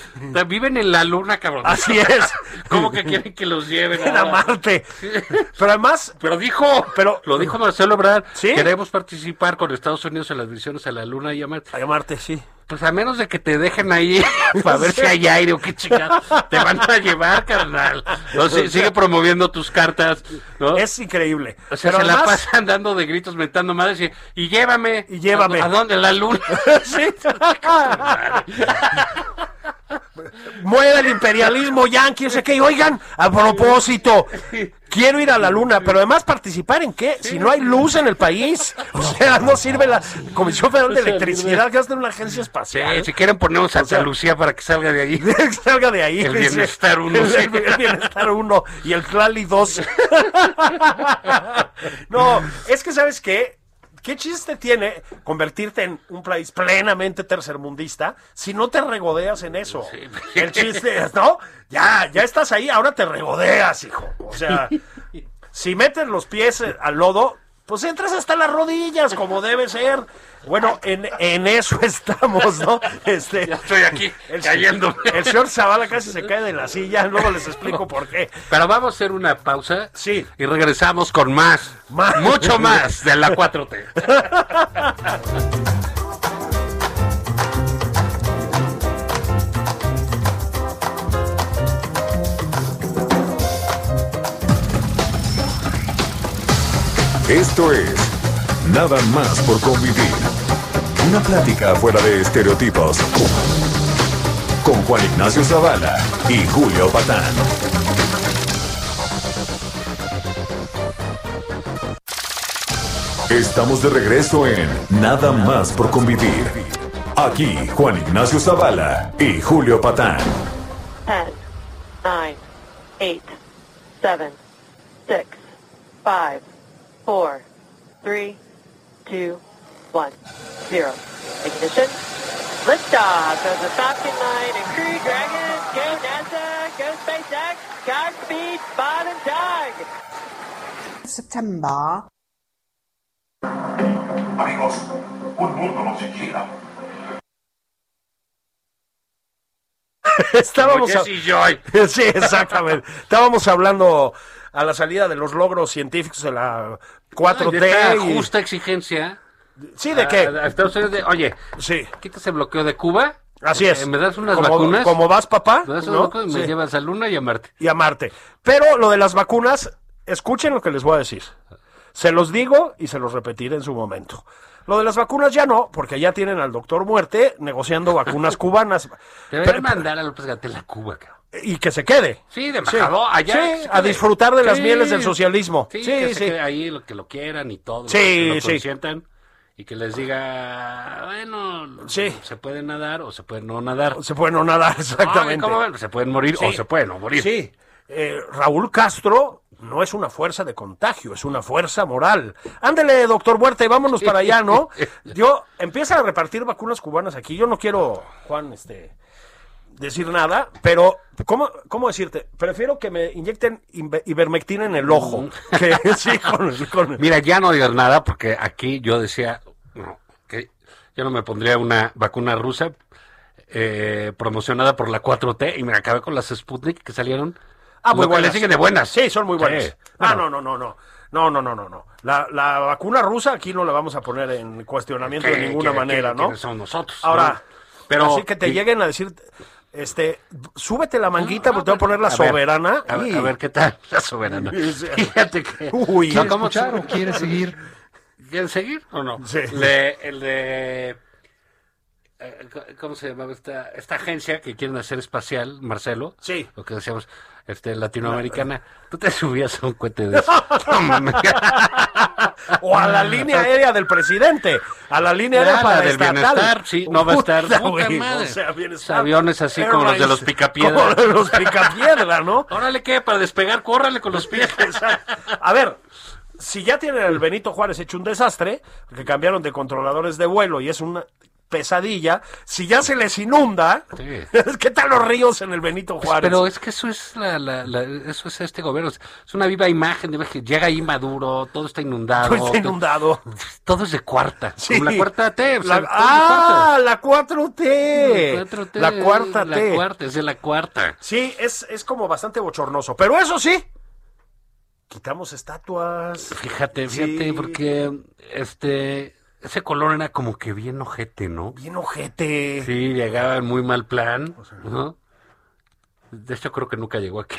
Speaker 2: Viven en la luna, cabrón.
Speaker 3: Así es.
Speaker 2: ¿Cómo que quieren que los lleven
Speaker 3: Ven a
Speaker 2: la-
Speaker 3: Marte. Pero además,
Speaker 2: Pero dijo,
Speaker 3: Pero-
Speaker 2: pero lo dijo Marcelo Ebrard,
Speaker 3: Sí.
Speaker 2: queremos participar con Estados Unidos en las misiones a la Luna y a Marte.
Speaker 3: a Marte, sí.
Speaker 2: Pues a menos de que te dejen ahí para ver si hay aire o qué chingada te van a llevar, carnal. No, sí, sigue promoviendo tus cartas, ¿no?
Speaker 3: Es increíble.
Speaker 2: o sea,
Speaker 3: Pero
Speaker 2: se la
Speaker 3: además-
Speaker 2: pasan dando de gritos, mentando madres y, y llévame.
Speaker 3: Y llévame.
Speaker 2: ¿A, a dónde? ¿A la luna?
Speaker 3: Sí. Mueve el imperialismo yanqui, no sé qué. Y oigan, a propósito, quiero ir a la luna, pero además participar en qué? Si no hay luz en el país, o sea, no sirve la Comisión Federal de
Speaker 2: O sea,
Speaker 3: Electricidad, que hasta una agencia
Speaker 2: Sí,
Speaker 3: espacial.
Speaker 2: si quieren ponemos a Santa Lucía para que salga de ahí.
Speaker 3: Que Salga de ahí.
Speaker 2: El
Speaker 3: dice.
Speaker 2: bienestar uno.
Speaker 3: El, el bienestar uno y el Tlali 2. no, es que sabes qué. ¿Qué chiste tiene convertirte en un país plenamente tercermundista si no te regodeas en eso? El chiste es, ¿no? Ya, ya estás ahí, ahora te regodeas, hijo. O sea, si metes los pies eh, al lodo, pues entras hasta las rodillas, como debe ser. Bueno, en, en eso estamos, ¿no? Este,
Speaker 2: Estoy aquí, cayéndome.
Speaker 3: el señor Zavala casi se cae de la silla, luego les explico por qué.
Speaker 2: Pero vamos a hacer una pausa.
Speaker 3: Sí.
Speaker 2: Y regresamos con más.
Speaker 3: Más.
Speaker 2: Mucho más de la 4T.
Speaker 1: Esto es Nada más por convivir. Una plática fuera de estereotipos. Con Juan Ignacio Zavala y Julio Patán. Estamos de regreso en Nada más por convivir. Aquí Juan Ignacio Zavala y Julio Patán.
Speaker 5: 10, 9, 8, 7, 6, 5, 4, 3, 2, 1, 0. Ignition. Liftoff of the Falcon 9 and Crew Dragon. Go NASA, go SpaceX, Godspeed, Bob and Doug.
Speaker 7: September.
Speaker 8: Amigos, un mundo nos vigila.
Speaker 3: Estábamos a-
Speaker 2: Jesse Joy.
Speaker 3: Sí, exactamente. Estábamos hablando a la salida de los logros científicos de la
Speaker 2: De esta
Speaker 3: 4T. y-
Speaker 2: justa Ah, exigencia.
Speaker 3: Sí, ¿de
Speaker 2: a-
Speaker 3: qué?
Speaker 2: a Estados Unidos de, oye,
Speaker 3: Sí,
Speaker 2: quitas el bloqueo de Cuba.
Speaker 3: así
Speaker 2: eh,
Speaker 3: es.
Speaker 2: Me das unas
Speaker 3: Como-
Speaker 2: vacunas.
Speaker 3: Como vas, papá,
Speaker 2: me das unas
Speaker 3: ¿no?
Speaker 2: vacunas y me
Speaker 3: Sí,
Speaker 2: llevas a Luna y a Marte.
Speaker 3: y a Marte. Pero lo de las vacunas, escuchen lo que les voy a decir. Se los digo y se los repetiré en su momento. Lo de las vacunas ya no, porque ya tienen al doctor Muerte negociando vacunas cubanas.
Speaker 2: Deberían
Speaker 3: Pero-
Speaker 2: mandar a López Gatel a Cuba, cabrón.
Speaker 3: y que se quede.
Speaker 2: Sí, de embajador, allá.
Speaker 3: Sí,
Speaker 2: que se
Speaker 3: a
Speaker 2: quede.
Speaker 3: disfrutar de las
Speaker 2: Sí.
Speaker 3: mieles del socialismo.
Speaker 2: Sí,
Speaker 3: Sí,
Speaker 2: que
Speaker 3: sí.
Speaker 2: se quede ahí lo que lo quieran y todo.
Speaker 3: Sí,
Speaker 2: que lo
Speaker 3: sí.
Speaker 2: consientan y que les diga, bueno,
Speaker 3: Sí.
Speaker 2: se puede nadar o se puede no nadar.
Speaker 3: Se puede no nadar,
Speaker 2: Ay,
Speaker 3: exactamente.
Speaker 2: ¿cómo ven? Se pueden morir o
Speaker 3: Sí.
Speaker 2: se pueden no morir.
Speaker 3: Sí. Eh, Raúl Castro no es una fuerza de contagio, es una fuerza moral. Ándele, doctor Huerta, y vámonos para allá, ¿no? Yo, empieza a repartir vacunas cubanas aquí. Yo no quiero, Juan, este decir nada, pero ¿cómo, cómo decirte? Prefiero que me inyecten inve- ivermectina en el ojo. Que, sí, con, con-
Speaker 2: Mm. Mira, ya no digas nada porque aquí yo decía, no, que yo no me pondría una vacuna rusa eh, promocionada por la 4T y me acabé con las Sputnik que salieron.
Speaker 3: Ah, muy
Speaker 2: Lo que le
Speaker 3: buenas.
Speaker 2: siguen de buenas.
Speaker 3: Sí, son muy buenas.
Speaker 2: Sí.
Speaker 3: Ah,
Speaker 2: Bueno,
Speaker 3: no, no, no, no. No, no, no, no, no. La, la vacuna rusa aquí no la vamos a poner en cuestionamiento de
Speaker 2: ¿qué-
Speaker 3: ninguna
Speaker 2: qué-
Speaker 3: manera,
Speaker 2: qué-
Speaker 3: ¿no?
Speaker 2: quiénes son nosotros.
Speaker 3: Ahora,
Speaker 2: ¿no?
Speaker 3: pero así que te
Speaker 2: Pues, y-
Speaker 3: lleguen a decir, este, súbete la manguita
Speaker 2: No, no,
Speaker 3: porque pues te voy a poner la
Speaker 2: ver,
Speaker 3: soberana.
Speaker 2: A ver,
Speaker 3: y-
Speaker 2: a ver qué tal la soberana.
Speaker 3: Sí.
Speaker 2: Fíjate que.
Speaker 3: Uy.
Speaker 2: No,
Speaker 3: ¿Quiere
Speaker 2: ¿cómo- ¿Quieren seguir o no?
Speaker 3: Sí.
Speaker 2: Le- el de. eh, ¿Cómo se llamaba esta, esta agencia que quieren hacer espacial, Marcelo?
Speaker 3: Sí. Ah,
Speaker 2: Lo que decíamos. este, latinoamericana, tú te subías a un cohete de eso. No mames.
Speaker 3: O a la línea aérea del presidente. A la línea aérea
Speaker 2: Nada
Speaker 3: para
Speaker 2: del bienestar, sí, no va a estar. Puta madre.
Speaker 3: O sea, bienestar.
Speaker 2: Aviones así como los de
Speaker 3: Airlines,
Speaker 2: los picapiedras.
Speaker 3: Como los de los picapiedra, ¿no?
Speaker 2: Órale, ¿qué? Para despegar, córrale con los pies.
Speaker 3: A ver, si ya tienen el Benito Juárez hecho un desastre, que cambiaron de controladores de vuelo y es una pesadilla, si ya se les inunda,
Speaker 2: Sí.
Speaker 3: ¿qué tal los ríos en el Benito Juárez?
Speaker 2: Pero es que eso es la, la- la- eso es este gobierno. Es una viva imagen de que llega ahí Maduro, todo está inundado.
Speaker 3: Todo está inundado.
Speaker 2: Todo es de cuarta.
Speaker 3: Sí.
Speaker 2: Como la cuarta T. o sea,
Speaker 3: La-
Speaker 2: todo es de
Speaker 3: ah,
Speaker 2: cuarta.
Speaker 3: la 4T. La, cuarta
Speaker 2: La
Speaker 3: T.
Speaker 2: cuarta, es de la cuarta.
Speaker 3: Sí, es, es como bastante bochornoso. Pero eso sí, quitamos estatuas.
Speaker 2: Fíjate,
Speaker 3: Sí.
Speaker 2: fíjate, porque este ese color era como que bien ojete, ¿no?
Speaker 3: Bien ojete.
Speaker 2: Sí, llegaba en muy mal plan, ¿no? De hecho, creo que nunca llegó aquí.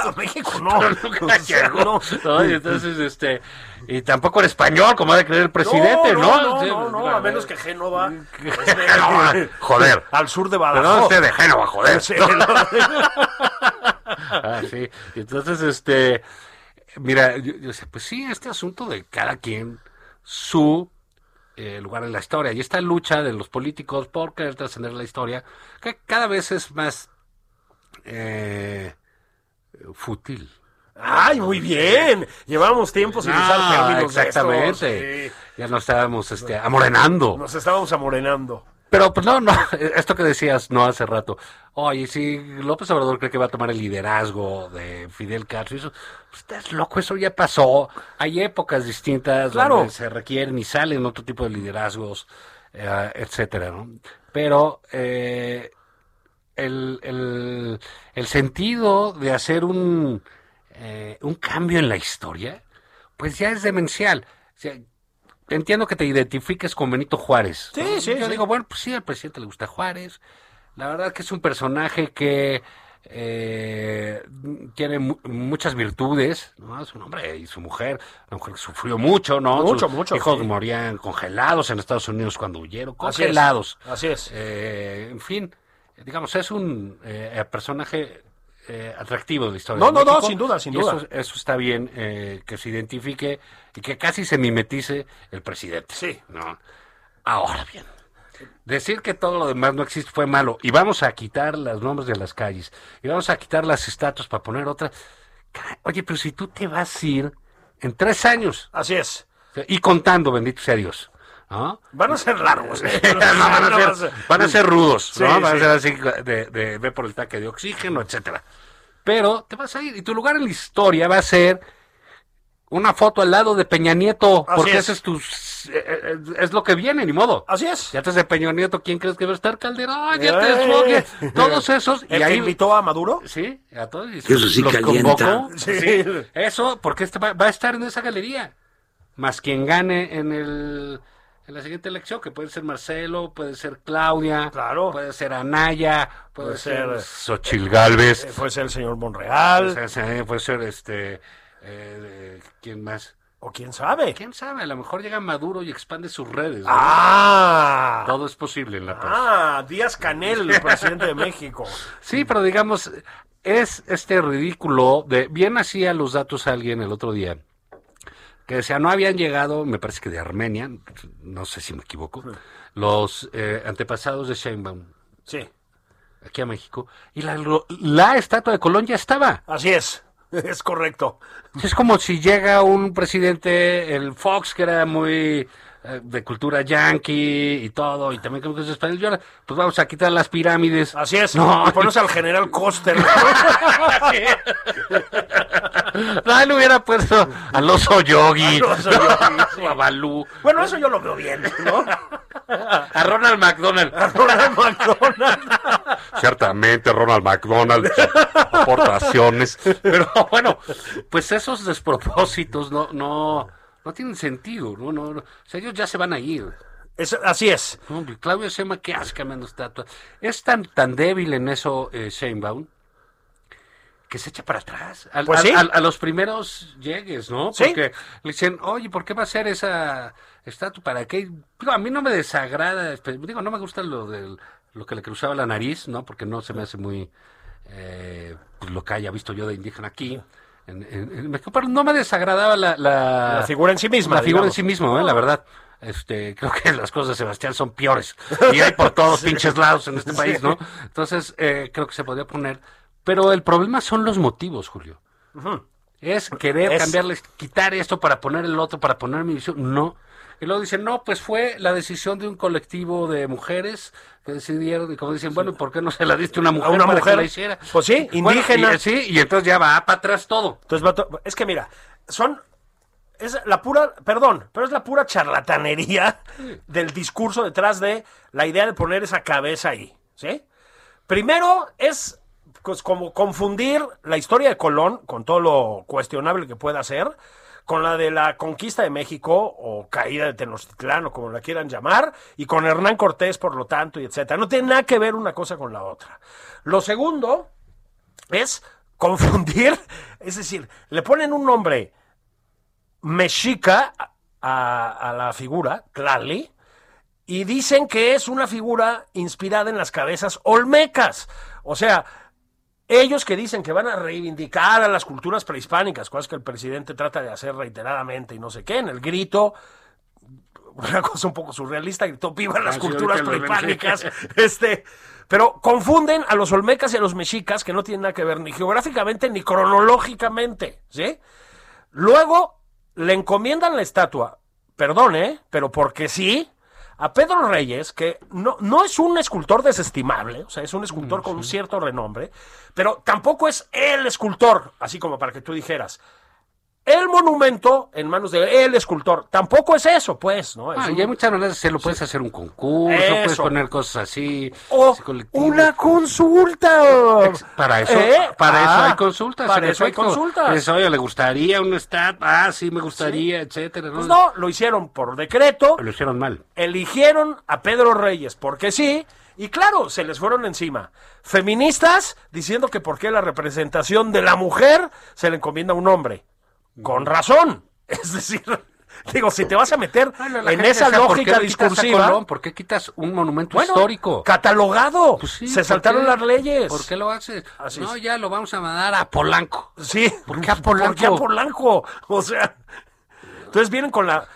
Speaker 3: A México no.
Speaker 2: nunca
Speaker 3: O sea,
Speaker 2: llegó.
Speaker 3: no.
Speaker 2: ¿no? Y entonces, este, y tampoco era español, como ha de creer el presidente, ¿no?
Speaker 3: No, no,
Speaker 2: Sí, pues,
Speaker 3: no, no,
Speaker 2: la-
Speaker 3: a menos que Génova. esté-
Speaker 2: Génova, joder.
Speaker 3: Al sur de
Speaker 2: Pero no
Speaker 3: Badajoz.
Speaker 2: esté de Génova, joder.
Speaker 3: Sí, no.
Speaker 2: Ah, sí. Entonces, este, mira, yo, yo decía, pues sí, este asunto de cada quien su eh, lugar en la historia y esta lucha de los políticos por querer trascender la historia, que cada vez es más eh, fútil.
Speaker 3: Ay, muy bien. Llevamos tiempo sin usar
Speaker 2: Ah,
Speaker 3: términos de estos.
Speaker 2: exactamente.
Speaker 3: Sí.
Speaker 2: Ya nos estábamos este, amorenando.
Speaker 3: Nos estábamos amorenando.
Speaker 2: Pero pues no, no, esto que decías no hace rato. Oye, si López Obrador cree que va a tomar el liderazgo de Fidel Castro, y eso, pues, estás loco, eso ya pasó. Hay épocas distintas
Speaker 3: Claro.
Speaker 2: donde se requieren y salen otro tipo de liderazgos, eh, etcétera, ¿no? Pero eh, el, el, el sentido de hacer un, eh, un cambio en la historia, pues ya es demencial. O sea, entiendo que te identifiques con Benito Juárez. ¿no?
Speaker 3: Sí, sí,
Speaker 2: Yo
Speaker 3: sí.
Speaker 2: digo, bueno, pues sí, al presidente le gusta Juárez. La verdad que es un personaje que eh, tiene mu- muchas virtudes, ¿no? Su hombre y su mujer, la mujer que sufrió mucho, ¿no?
Speaker 3: Mucho,
Speaker 2: Sus
Speaker 3: mucho,
Speaker 2: Hijos
Speaker 3: sí.
Speaker 2: morían congelados en Estados Unidos cuando huyeron,
Speaker 3: Así es.
Speaker 2: congelados.
Speaker 3: Así es.
Speaker 2: Eh, en fin, digamos, es un eh, personaje eh, atractivo de la historia.
Speaker 3: No,
Speaker 2: de
Speaker 3: no, no,
Speaker 2: México,
Speaker 3: sin duda, sin
Speaker 2: y eso-
Speaker 3: duda.
Speaker 2: Eso, está bien, eh, que se identifique y que casi se mimetice el presidente.
Speaker 3: Sí.
Speaker 2: ¿no? Ahora bien, decir que todo lo demás no existe fue malo y vamos a quitar los nombres de las calles y vamos a quitar las estatuas para poner otras. Caray, Oye, pero si tú te vas a ir en tres años
Speaker 3: Así es.
Speaker 2: y contando, bendito sea Dios. ¿no?
Speaker 3: Van a ser largos. ¿eh?
Speaker 2: No, van,
Speaker 3: No va
Speaker 2: a
Speaker 3: a
Speaker 2: ser,
Speaker 3: ser-
Speaker 2: van a ser rudos, ¿no?
Speaker 3: Sí,
Speaker 2: van
Speaker 3: sí.
Speaker 2: a ser así de, de ve por el taque de oxígeno, etcétera. Pero te vas a ir y tu lugar en la historia va a ser una foto al lado de Peña Nieto,
Speaker 3: Así
Speaker 2: porque
Speaker 3: es.
Speaker 2: ese es tu eh, eh, es lo que viene, ni modo.
Speaker 3: Así es.
Speaker 2: Ya antes de Peña Nieto, ¿quién crees que va a estar Calderón? Ya
Speaker 3: Eh.
Speaker 2: te Fogue, todos esos
Speaker 3: ¿El
Speaker 2: y
Speaker 3: que
Speaker 2: ahí
Speaker 3: invitó a Maduro?
Speaker 2: Sí, a todos. y
Speaker 7: Eso sí
Speaker 2: los
Speaker 7: calienta.
Speaker 2: convocó.
Speaker 3: Sí.
Speaker 2: Sí, Eso, porque este va, va a estar en esa galería. Más quien gane en el en la siguiente elección, que puede ser Marcelo, puede ser Claudia,
Speaker 3: Claro.
Speaker 2: puede ser Anaya, puede,
Speaker 3: Puede
Speaker 2: ser,
Speaker 3: ser-
Speaker 2: Xochil Galvez,
Speaker 3: Eh, Puede ser el señor
Speaker 2: puede
Speaker 3: Monreal.
Speaker 2: ser, eh, puede ser, este eh, eh, quién más.
Speaker 3: O quién sabe.
Speaker 2: ¿Quién sabe? A lo mejor llega Maduro y expande sus redes. ¿no?
Speaker 3: Ah.
Speaker 2: Todo es posible en la paz.
Speaker 3: Ah, Díaz Canel, el presidente de México.
Speaker 2: Sí, pero digamos, es este ridículo de, bien hacía los datos alguien el otro día, que decía, no habían llegado, me parece que de Armenia, no sé si me equivoco, los eh, antepasados de Sheinbaum
Speaker 3: Sí,
Speaker 2: aquí a México, y la, lo- la estatua de Colón ya estaba.
Speaker 3: así es. Es correcto.
Speaker 2: Es como si llega un presidente, el Fox, que era muy eh, de cultura yanqui y todo, y también creo que es español, y ahora, pues vamos a quitar las pirámides.
Speaker 3: Así es.
Speaker 2: No,
Speaker 3: Y pones al general Coster.
Speaker 2: No, le hubiera puesto al oso yogi,
Speaker 3: Al oso yogi, sí.
Speaker 2: o a Balú,
Speaker 3: bueno, eso yo lo veo bien, ¿no?
Speaker 2: a Ronald McDonald.
Speaker 3: Ronald McDonald.
Speaker 2: Ciertamente, Ronald McDonald, aportaciones. Pero bueno, pues esos despropósitos no, no, no tienen sentido. No, no, no. O sea, ellos ya se van a ir.
Speaker 3: Es- así es.
Speaker 2: No, hombre, Claudio Sheinbaum, qué asco cambiando estatua. Es tan, tan débil en eso eh, Sheinbaum que se echa para atrás. Al-
Speaker 3: Pues
Speaker 2: al-
Speaker 3: sí.
Speaker 2: al- a los primeros llegues, ¿no?
Speaker 3: Sí.
Speaker 2: Porque le dicen, oye, ¿por qué va a ser esa estatua? ¿Para qué? Digo, a mí no me este, desagrada, espe- digo, no me gusta lo del lo que le cruzaba la nariz, ¿no? Porque no se me hace muy eh, pues, lo que haya visto yo de indígena aquí. en- en- en México, pero no me desagradaba la, la,
Speaker 3: La figura en sí misma,
Speaker 2: La figura en
Speaker 3: digamos.
Speaker 2: sí mismo, eh, la verdad. Este, creo que las cosas de Sebastián son peores. Y hay por todos pinches lados en este país, ¿no? Entonces, eh, creo que se podía poner. Pero el problema son los motivos, Julio. Es querer
Speaker 3: Es-
Speaker 2: cambiarles, quitar esto para poner el otro, para poner mi visión. No. Y luego dicen, no, pues fue la decisión de un colectivo de mujeres que decidieron, y como dicen, bueno, ¿y por qué no se la diste a una mujer
Speaker 3: una
Speaker 2: para que
Speaker 3: mujer?
Speaker 2: la hiciera?
Speaker 3: Pues sí,
Speaker 2: Bueno,
Speaker 3: indígena.
Speaker 2: y- eh, sí, y entonces ya va para atrás todo.
Speaker 3: Entonces, vato, es que mira, son. Es la pura, perdón, pero es la pura charlatanería del discurso detrás de la idea de poner esa cabeza ahí, ¿sí? Primero es pues, como confundir la historia de Colón, con todo lo cuestionable que pueda ser, con la de la conquista de México o caída de Tenochtitlán o como la quieran llamar, y con Hernán Cortés, por lo tanto, y etcétera. No tiene nada que ver una cosa con la otra. Lo segundo es confundir, es decir, le ponen un nombre mexica a, a la figura, Tlali, y dicen que es una figura inspirada en las cabezas olmecas. O sea, ellos que dicen que van a reivindicar a las culturas prehispánicas, cosas que el presidente trata de hacer reiteradamente y no sé qué, en el grito, una cosa un poco surrealista, gritó viva las
Speaker 2: Ah, sí,
Speaker 3: culturas
Speaker 2: ahorita lo vemos,
Speaker 3: prehispánicas.
Speaker 2: sí.
Speaker 3: Este, pero confunden a los olmecas y a los mexicas, que no tienen nada que ver ni geográficamente ni cronológicamente, ¿sí? Luego le encomiendan la estatua, perdón, ¿eh? pero porque sí, a Pedro Reyes, que no, no es un escultor desestimable, o sea, es un
Speaker 2: Mm,
Speaker 3: escultor con un cierto renombre, pero tampoco es el escultor, así como para que tú dijeras. El monumento en manos de el escultor. Tampoco es eso, pues, ¿no? Es
Speaker 2: Ah,
Speaker 3: un-
Speaker 2: y hay muchas maneras de hacerlo. Puedes hacer un concurso,
Speaker 3: Eso.
Speaker 2: puedes poner cosas así.
Speaker 3: O
Speaker 2: así colectivas.
Speaker 3: una consulta.
Speaker 2: Ex- Para eso,
Speaker 3: ¿Eh?
Speaker 2: para eso
Speaker 3: Ah,
Speaker 2: hay consultas.
Speaker 3: Para
Speaker 2: en
Speaker 3: eso hay
Speaker 2: efecto.
Speaker 3: consultas.
Speaker 2: Eso, oye, le gustaría un stat. Ah, sí, me gustaría, etcétera. ¿no?
Speaker 3: Pues no, lo hicieron por decreto.
Speaker 2: Lo hicieron mal.
Speaker 3: eligieron a Pedro Reyes porque sí, y claro, se les fueron encima. Feministas diciendo que por qué la representación de la mujer se le encomienda a un hombre. Con razón. Es decir, digo, si te vas a meter
Speaker 2: La
Speaker 3: en
Speaker 2: gente
Speaker 3: esa
Speaker 2: decía, ¿por qué
Speaker 3: lógica
Speaker 2: le quitas a
Speaker 3: discursiva,
Speaker 2: Colón? ¿Por qué quitas un monumento
Speaker 3: bueno,
Speaker 2: histórico?
Speaker 3: catalogado,
Speaker 2: Pues sí,
Speaker 3: se
Speaker 2: ¿por
Speaker 3: saltaron
Speaker 2: qué?
Speaker 3: las leyes.
Speaker 2: ¿Por qué lo haces?
Speaker 3: Así
Speaker 2: no,
Speaker 3: es.
Speaker 2: ya lo vamos a mandar a Polanco.
Speaker 3: Sí,
Speaker 2: ¿Por qué a Polanco?
Speaker 3: ¿Por qué a Polanco? O sea, entonces vienen con la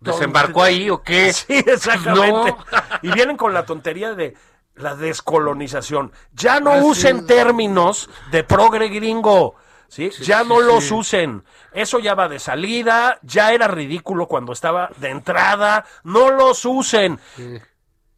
Speaker 2: ¿Desembarcó ahí o qué?
Speaker 3: Sí, exactamente.
Speaker 2: No.
Speaker 3: Y vienen con la tontería de la descolonización. Ya no
Speaker 2: Así
Speaker 3: usen
Speaker 2: es.
Speaker 3: términos de progre gringo. ¿sí? ya
Speaker 2: sí,
Speaker 3: no
Speaker 2: sí.
Speaker 3: los usen. Eso ya va de salida, ya era ridículo cuando estaba de entrada. No los usen.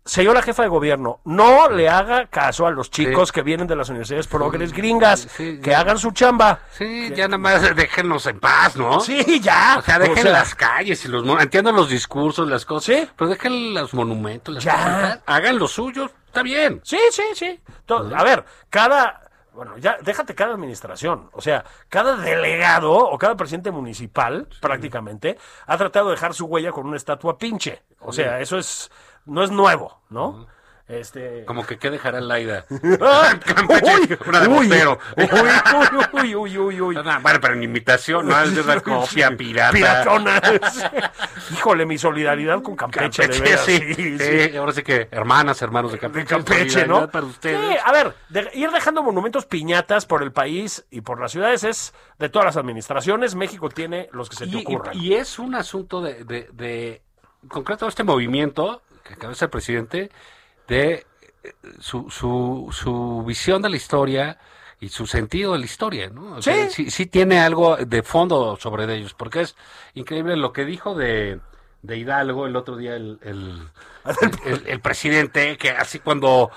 Speaker 3: Señora jefa de gobierno, no le haga caso a los chicos que vienen de las universidades progres gringas,
Speaker 2: sí,
Speaker 3: que
Speaker 2: ya.
Speaker 3: hagan su chamba.
Speaker 2: Sí, ya nada más déjenos en paz, ¿no?
Speaker 3: Sí, ya.
Speaker 2: O sea,
Speaker 3: O
Speaker 2: dejen
Speaker 3: sea,
Speaker 2: las calles y los mon- entiendo los discursos, las cosas,
Speaker 3: Sí.
Speaker 2: pero dejen los monumentos, las
Speaker 3: Ya.
Speaker 2: cosas, hagan lo suyo, está bien.
Speaker 3: Sí, sí, sí. To- a ver, cada. Bueno, ya, déjate cada administración. O sea, cada delegado o cada presidente municipal, prácticamente, ha tratado de dejar su huella con una estatua pinche. O sea, eso es. No es nuevo, ¿no? Este.
Speaker 2: Como que qué dejará Laida.
Speaker 3: ¡Ah!
Speaker 2: Campeche,
Speaker 3: Uy,
Speaker 2: una de
Speaker 3: uy,
Speaker 2: Bostero.
Speaker 3: uy, uy, uy, uy, uy, uy.
Speaker 2: Ah, Bueno, pero en imitación, ¿no? Es de la copia pirata.
Speaker 3: Piratona. Híjole, mi solidaridad con Campeche, de
Speaker 2: Campeche,
Speaker 3: veras.
Speaker 2: sí,
Speaker 3: Sí, sí.
Speaker 2: sí. Ahora sí que hermanas, hermanos de Campeche.
Speaker 3: de Campeche, ¿no?
Speaker 2: solidaridad Para
Speaker 3: Sí,
Speaker 2: ustedes.
Speaker 3: a ver, de- ir dejando monumentos piñatas por el país y por las ciudades es de todas las administraciones. México tiene los que se te
Speaker 2: Y,
Speaker 3: ocurran.
Speaker 2: y- y es un asunto de, de, de- en concreto este movimiento que cabeza el presidente de eh, su, su, su visión de la historia y su sentido de la historia, ¿no? O
Speaker 3: Sí.
Speaker 2: sea, sí, sí tiene algo de fondo sobre de ellos, porque es increíble lo que dijo de, de Hidalgo el otro día el, el, el- el- el presidente, que así cuando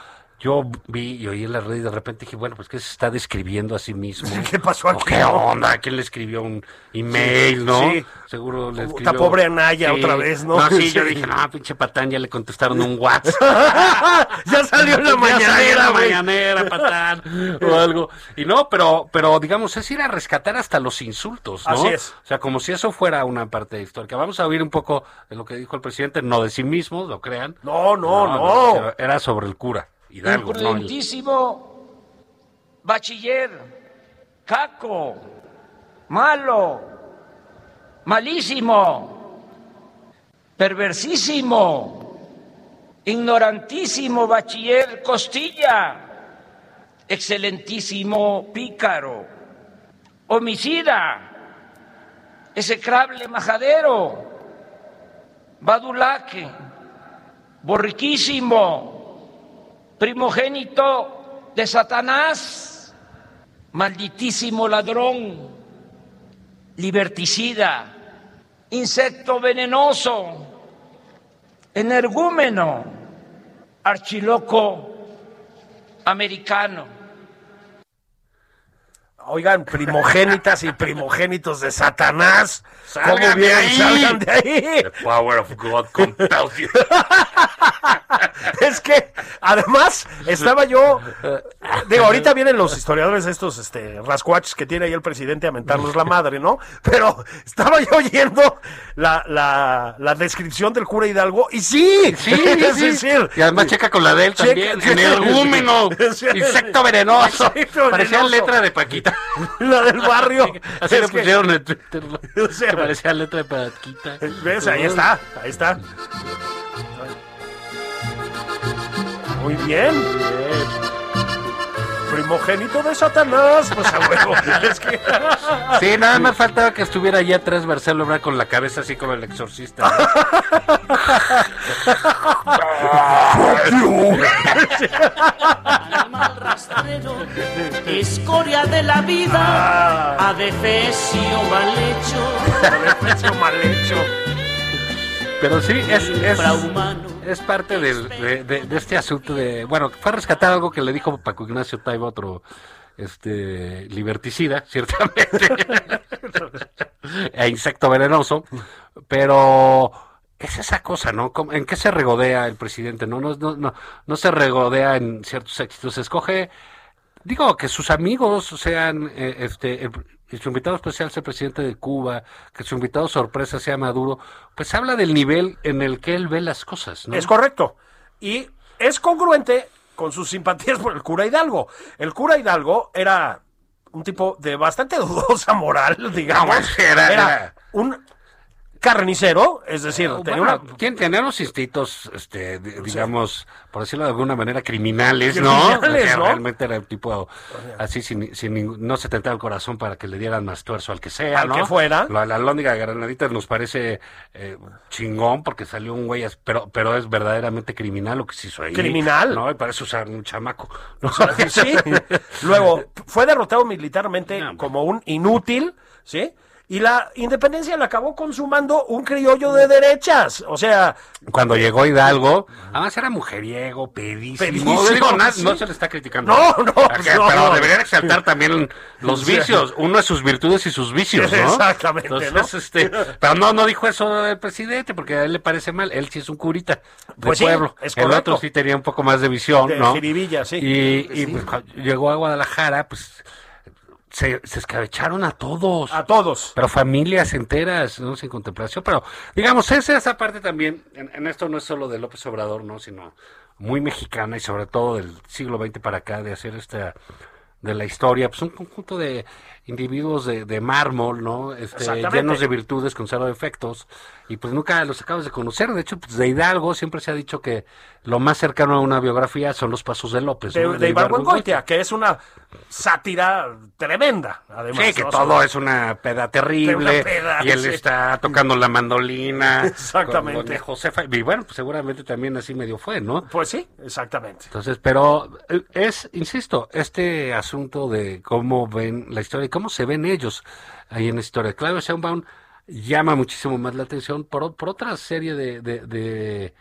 Speaker 2: yo vi y oí en las redes de repente dije, bueno, pues que se está describiendo a sí mismo.
Speaker 3: ¿Qué pasó
Speaker 2: ¿O
Speaker 3: aquí?
Speaker 2: ¿Qué onda? ¿Quién le escribió un email,
Speaker 3: Sí,
Speaker 2: no?
Speaker 3: sí.
Speaker 2: Seguro le
Speaker 3: Puta,
Speaker 2: escribió.
Speaker 3: pobre Anaya otra vez, ¿no?
Speaker 2: sí,
Speaker 3: Sí.
Speaker 2: yo dije, no, pinche patán, ya le contestaron un WhatsApp.
Speaker 3: ya salió en la
Speaker 2: Ya salió en
Speaker 3: mañanera,
Speaker 2: la
Speaker 3: güey.
Speaker 2: mañanera, patán, o algo. Y no, pero, pero digamos, es ir a rescatar hasta los insultos, ¿no?
Speaker 3: Así es.
Speaker 2: O sea, como si eso fuera una parte histórica. Vamos a oír un poco de lo que dijo el presidente, no de sí mismo, lo crean.
Speaker 3: No, no, no.
Speaker 2: Era sobre el cura, Hidalgo, ¿no? El-
Speaker 7: Imprudentísimo bachiller, caco, malo, malísimo, perversísimo, ignorantísimo bachiller Costilla, excelentísimo pícaro, homicida, execrable majadero, badulaque, borriquísimo, primogénito de Satanás, malditísimo ladrón, liberticida, insecto venenoso, energúmeno, archiloco americano.
Speaker 3: Oigan, primogénitas y primogénitos de Satanás.
Speaker 2: Salgan
Speaker 3: ¿Cómo
Speaker 2: de
Speaker 3: bien?
Speaker 2: ahí.
Speaker 3: Salgan de ahí.
Speaker 2: The power of God compels you.
Speaker 3: Es que, además, estaba yo. eh, Digo, ahorita vienen los historiadores, estos este, rascuaches que tiene ahí el presidente a mentarnos la madre, ¿no? Pero estaba yo oyendo la, la, la descripción del cura Hidalgo, y sí,
Speaker 2: Sí,
Speaker 3: es
Speaker 2: sí, sí.
Speaker 3: decir,
Speaker 2: Y además checa con la de él
Speaker 3: Checa-
Speaker 2: también.
Speaker 3: sí.
Speaker 2: Energúmeno,
Speaker 3: Sí.
Speaker 2: insecto venenoso.
Speaker 3: Insecto
Speaker 2: Parecía
Speaker 3: venenoso.
Speaker 2: letra de Paquita.
Speaker 3: la del barrio.
Speaker 2: Así
Speaker 3: Es
Speaker 2: le
Speaker 3: que-
Speaker 2: pusieron en Twitter.
Speaker 3: O sea,
Speaker 2: que parecía letra de Paquita.
Speaker 3: ¿Ves? Ahí está, ahí está. Muy bien. Primogénito de Satanás, pues a huevo. Es que-
Speaker 2: Sí, nada más faltaba que estuviera allá atrás Marcelo Obrar con la cabeza así como el exorcista. ¿no?
Speaker 9: Animal rastrero, escoria de la vida, adefesio mal hecho,
Speaker 3: Adefesio mal hecho.
Speaker 2: Pero sí, es, es,
Speaker 9: infrahumano.
Speaker 2: es parte del- de, de- de este asunto de... Bueno, fue a rescatar algo que le dijo Paco Ignacio Taibo, otro este liberticida, ciertamente, e insecto venenoso, pero es esa cosa, ¿no? ¿Cómo- ¿En qué se regodea el presidente? No, no, no, no, no se regodea en ciertos éxitos, escoge Digo, que sus amigos sean, eh, este, el- y su invitado especial sea el presidente de Cuba, que su invitado sorpresa sea Maduro, pues habla del nivel en el que él ve las cosas, ¿no?
Speaker 3: Es correcto. Y es congruente con sus simpatías por el cura Hidalgo. El cura Hidalgo era un tipo de bastante dudosa moral, digamos.
Speaker 2: No, Ah, era- era-
Speaker 3: un carnicero, es decir,
Speaker 2: Bueno,
Speaker 3: tenía una
Speaker 2: tien- tenía unos instintos, este, di- digamos, por decirlo de alguna manera, criminales, ¿no?
Speaker 3: Criminales,
Speaker 2: O sea,
Speaker 3: ¿no?
Speaker 2: Realmente era un tipo así, sin, sin ningún- no se tentaba el corazón para que le dieran más tuerzo al que sea,
Speaker 3: Al
Speaker 2: ¿no?
Speaker 3: que fuera.
Speaker 2: La, la lóndiga de granadita nos parece eh, chingón porque salió un güey, as- pero, pero es verdaderamente criminal lo que se hizo ahí.
Speaker 3: Criminal.
Speaker 2: No, y parece usar un chamaco.
Speaker 3: Sí. Luego, fue derrotado militarmente
Speaker 2: No, hombre.
Speaker 3: como un inútil, ¿sí? Y la independencia la acabó consumando un criollo de derechas. O sea,
Speaker 2: Cuando llegó Hidalgo, además era mujeriego, pedísimo.
Speaker 3: Pedísimo,
Speaker 2: Digo, na-
Speaker 3: sí.
Speaker 2: No se le está criticando.
Speaker 3: No, no,
Speaker 2: Acá,
Speaker 3: pues no,
Speaker 2: Pero
Speaker 3: no.
Speaker 2: deberían exaltar también los
Speaker 3: Sí.
Speaker 2: vicios. Uno de sus virtudes y sus vicios, ¿no?
Speaker 3: Exactamente,
Speaker 2: Entonces,
Speaker 3: ¿no?
Speaker 2: este, pero no, no dijo eso el presidente porque a él le parece mal. Él sí es un curita de
Speaker 3: Pues sí,
Speaker 2: pueblo.
Speaker 3: es
Speaker 2: el
Speaker 3: correcto.
Speaker 2: otro sí tenía un poco más de visión,
Speaker 3: De
Speaker 2: ¿no?
Speaker 3: jiribilla, sí.
Speaker 2: Y, y, pues, cuando llegó a Guadalajara, pues se, se escabecharon a todos.
Speaker 3: a todos.
Speaker 2: Pero familias enteras, ¿no? Sin contemplación. Pero, digamos, esa, esa parte también, en, en esto no es solo de López Obrador, ¿no? Sino muy mexicana y sobre todo del siglo XX para acá, de hacer esta de la historia, pues un conjunto de individuos de, de mármol, ¿no? Este,
Speaker 3: Exactamente.
Speaker 2: llenos de virtudes con cero defectos, y pues nunca los acabas de conocer. De hecho, pues de Hidalgo siempre se ha dicho que lo más cercano a una biografía son los pasos Pues de López.
Speaker 3: De,
Speaker 2: ¿no?
Speaker 3: de, Iván
Speaker 2: Goitia.
Speaker 3: Goitia, que es una sátira tremenda, además.
Speaker 2: Sí, que
Speaker 3: ¿no?
Speaker 2: todo es una peda terrible.
Speaker 3: Una peda,
Speaker 2: y él
Speaker 3: sí.
Speaker 2: está tocando la mandolina.
Speaker 3: Exactamente.
Speaker 2: con doña Josefa. Y bueno, pues seguramente también así medio fue, ¿no?
Speaker 3: Pues sí, exactamente.
Speaker 2: Entonces, pero eh, es, insisto, este asunto de cómo ven la historia y cómo se ven ellos ahí en la historia. Claudio Sheinbaum llama muchísimo más la atención por, por otra serie de, de, de,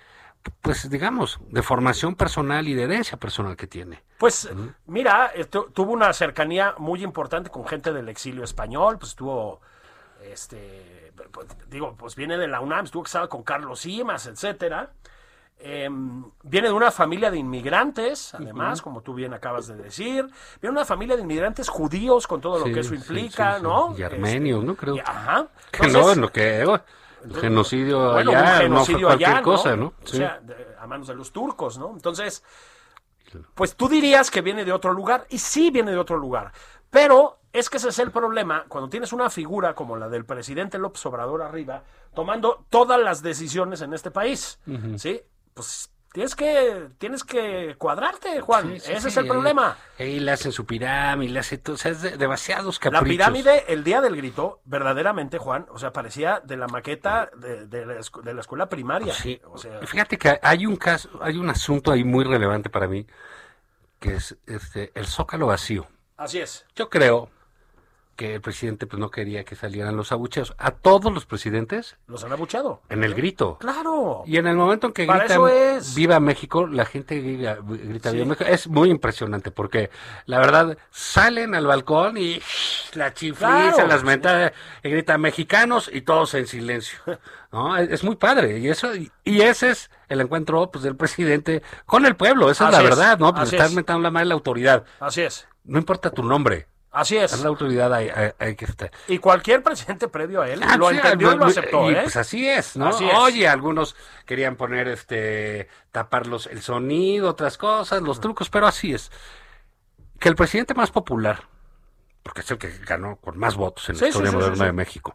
Speaker 2: pues digamos, de formación personal y de herencia personal que tiene.
Speaker 3: Pues mira, eh, tu- tuvo una cercanía muy importante con gente del exilio español, pues tuvo, este, pues, digo, pues viene de la UNAM, estuvo casado con Carlos Simas, etcétera. Em, viene de una familia de inmigrantes, además, como tú bien acabas de decir. Viene de una familia de inmigrantes judíos, con todo lo
Speaker 2: Sí,
Speaker 3: que eso
Speaker 2: sí,
Speaker 3: implica,
Speaker 2: sí, sí.
Speaker 3: ¿no? Este,
Speaker 2: Y armenios, ¿no? Creo.
Speaker 3: y- ajá.
Speaker 2: Que no,
Speaker 3: Entonces,
Speaker 2: en lo que eh, el genocidio
Speaker 3: bueno,
Speaker 2: allá
Speaker 3: un
Speaker 2: no fue
Speaker 3: genocidio
Speaker 2: cualquier
Speaker 3: allá,
Speaker 2: cosa, ¿no?
Speaker 3: O
Speaker 2: Sí.
Speaker 3: sea, de- a manos de los turcos, ¿no? Entonces, pues tú dirías que viene de otro lugar, y sí viene de otro lugar, pero es que ese es el problema cuando tienes una figura como la del presidente López Obrador arriba, tomando todas las decisiones en este país, ¿sí? Pues Tienes que, tienes que cuadrarte, Juan.
Speaker 2: Sí, sí,
Speaker 3: Ese
Speaker 2: sí,
Speaker 3: es el
Speaker 2: ahí-
Speaker 3: problema.
Speaker 2: Ahí le hacen su pirámide, le hacen todo, o sea, es de- demasiados
Speaker 3: La
Speaker 2: caprichos.
Speaker 3: pirámide, el día del grito, verdaderamente, Juan, o sea, parecía de la maqueta de, de la, escu- de la escuela primaria.
Speaker 2: Sí.
Speaker 3: O sea,
Speaker 2: Fíjate que hay un caso, hay un asunto ahí muy relevante para mí, que es este, el zócalo vacío.
Speaker 3: así es.
Speaker 2: Yo creo que el presidente pues, no quería que salieran los abucheos. A todos los presidentes
Speaker 3: Los han abuchado.
Speaker 2: en el grito.
Speaker 3: Claro.
Speaker 2: Y en el momento en que
Speaker 3: Para
Speaker 2: gritan
Speaker 3: eso es.
Speaker 2: Viva México, la gente grita, grita
Speaker 3: Sí.
Speaker 2: Viva México. Es muy impresionante porque la verdad salen al balcón y la chifliza,
Speaker 3: Claro.
Speaker 2: las mentadas, y gritan mexicanos y todos en silencio. ¿No? Es, es muy padre. Y eso y, y ese es el encuentro pues, del presidente con el pueblo. Esa es
Speaker 3: Así
Speaker 2: la
Speaker 3: es,
Speaker 2: verdad, ¿no? Pues
Speaker 3: así
Speaker 2: estás
Speaker 3: es.
Speaker 2: mentando la madre a la autoridad.
Speaker 3: Así es.
Speaker 2: No importa tu nombre.
Speaker 3: Así
Speaker 2: Es
Speaker 3: es.
Speaker 2: la autoridad ahí- ahí- ahí que está.
Speaker 3: Y cualquier presidente previo a él
Speaker 2: Ah,
Speaker 3: lo
Speaker 2: sí,
Speaker 3: entendió y
Speaker 2: algo-
Speaker 3: lo aceptó,
Speaker 2: y,
Speaker 3: ¿eh?
Speaker 2: Pues así es, ¿no?
Speaker 3: Así es.
Speaker 2: Oye, algunos querían poner, este, taparlos el sonido, otras cosas, los trucos, pero así es. Que el presidente más popular, porque es el que ganó con más votos en
Speaker 3: Sí,
Speaker 2: la
Speaker 3: sí,
Speaker 2: historia
Speaker 3: sí,
Speaker 2: moderna
Speaker 3: sí, sí.
Speaker 2: de México,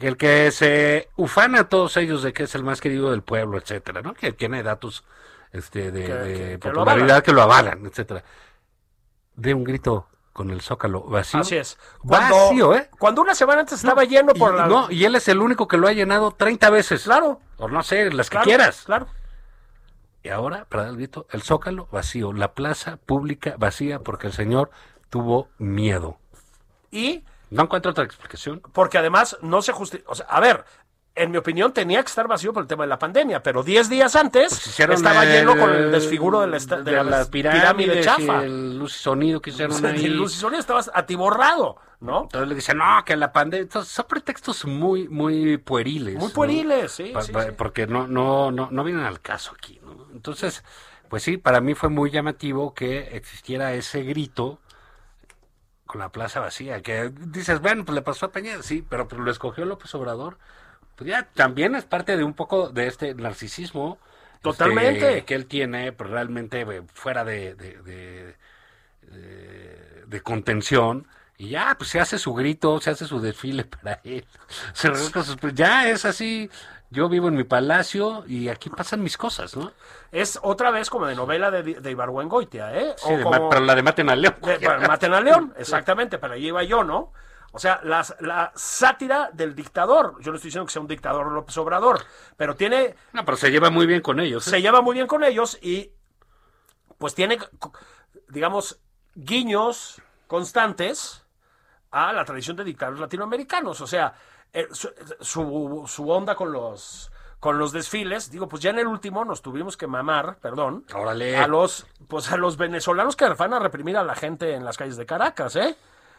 Speaker 2: que el que se ufana a todos ellos de que es el más querido del pueblo, etcétera, ¿no? Que tiene datos este, de,
Speaker 3: Que-
Speaker 2: de
Speaker 3: que- que lo avalan.
Speaker 2: popularidad que lo avalan, etcétera. De un grito con el zócalo vacío.
Speaker 3: Así es.
Speaker 2: Vacío, ¿eh?
Speaker 3: Cuando una semana antes estaba lleno por
Speaker 2: y,
Speaker 3: la...
Speaker 2: No, y él es el único que lo ha llenado 30 veces.
Speaker 3: Claro.
Speaker 2: O no sé, las que
Speaker 3: claro,
Speaker 2: quieras.
Speaker 3: Claro.
Speaker 2: Y ahora, para dar el grito, el zócalo vacío, la plaza pública vacía porque el señor tuvo miedo.
Speaker 3: Y
Speaker 2: No encuentro otra explicación.
Speaker 3: porque además no se justifica... O sea, a ver, en mi opinión tenía que estar vacío por el tema de la pandemia, pero 10 días antes
Speaker 2: Pues hicieron
Speaker 3: estaba
Speaker 2: el-
Speaker 3: lleno con el desfiguro de la, esta- de la
Speaker 2: las
Speaker 3: pirámide,
Speaker 2: pirámides
Speaker 3: chafa.
Speaker 2: y el luz y sonido que
Speaker 3: O
Speaker 2: hicieron
Speaker 3: sea,
Speaker 2: ahí.
Speaker 3: el Luz y Sonido estabas atiborrado, ¿no?
Speaker 2: Entonces le dicen, no, que la pandemia. Entonces, son pretextos muy, muy pueriles.
Speaker 3: Muy
Speaker 2: ¿no?
Speaker 3: pueriles, sí,
Speaker 2: Pa-
Speaker 3: sí,
Speaker 2: pa-
Speaker 3: sí.
Speaker 2: Porque no, no, no, no vienen al caso aquí, ¿no? Entonces, pues sí, para mí fue muy llamativo que existiera ese grito con la plaza vacía, que dices, bueno, pues le pasó a Peña, sí, pero pues lo escogió López Obrador. Pues ya también es parte de un poco de este narcisismo. este,
Speaker 3: Totalmente.
Speaker 2: que él tiene, pero realmente eh, fuera de- de- de, eh, de, de contención y ya, pues se hace su grito, se hace su desfile para él. Se reúne con sus- pues, ya es así. Yo vivo en mi palacio y aquí pasan mis cosas, ¿no?
Speaker 3: Es otra vez como de novela de, de Ibargüengoitia, ¿eh?
Speaker 2: Sí, de ma-
Speaker 3: como-
Speaker 2: pero la de Maten a León.
Speaker 3: de- para- maten a León, exactamente, para allí iba yo, ¿no? O sea, las- la sátira del dictador. Yo no estoy diciendo que sea un dictador López Obrador, pero tiene
Speaker 2: No, pero se lleva muy bien con ellos. ¿eh?
Speaker 3: se lleva muy bien con ellos y pues tiene, co- digamos, guiños constantes a la tradición de dictadores latinoamericanos. O sea, eh, su, su- su onda con los, con los desfiles, digo, pues ya en el último nos tuvimos que mamar, perdón,
Speaker 2: Órale.
Speaker 3: a los, pues a los venezolanos que van a reprimir a la gente en las calles de Caracas, ¿eh?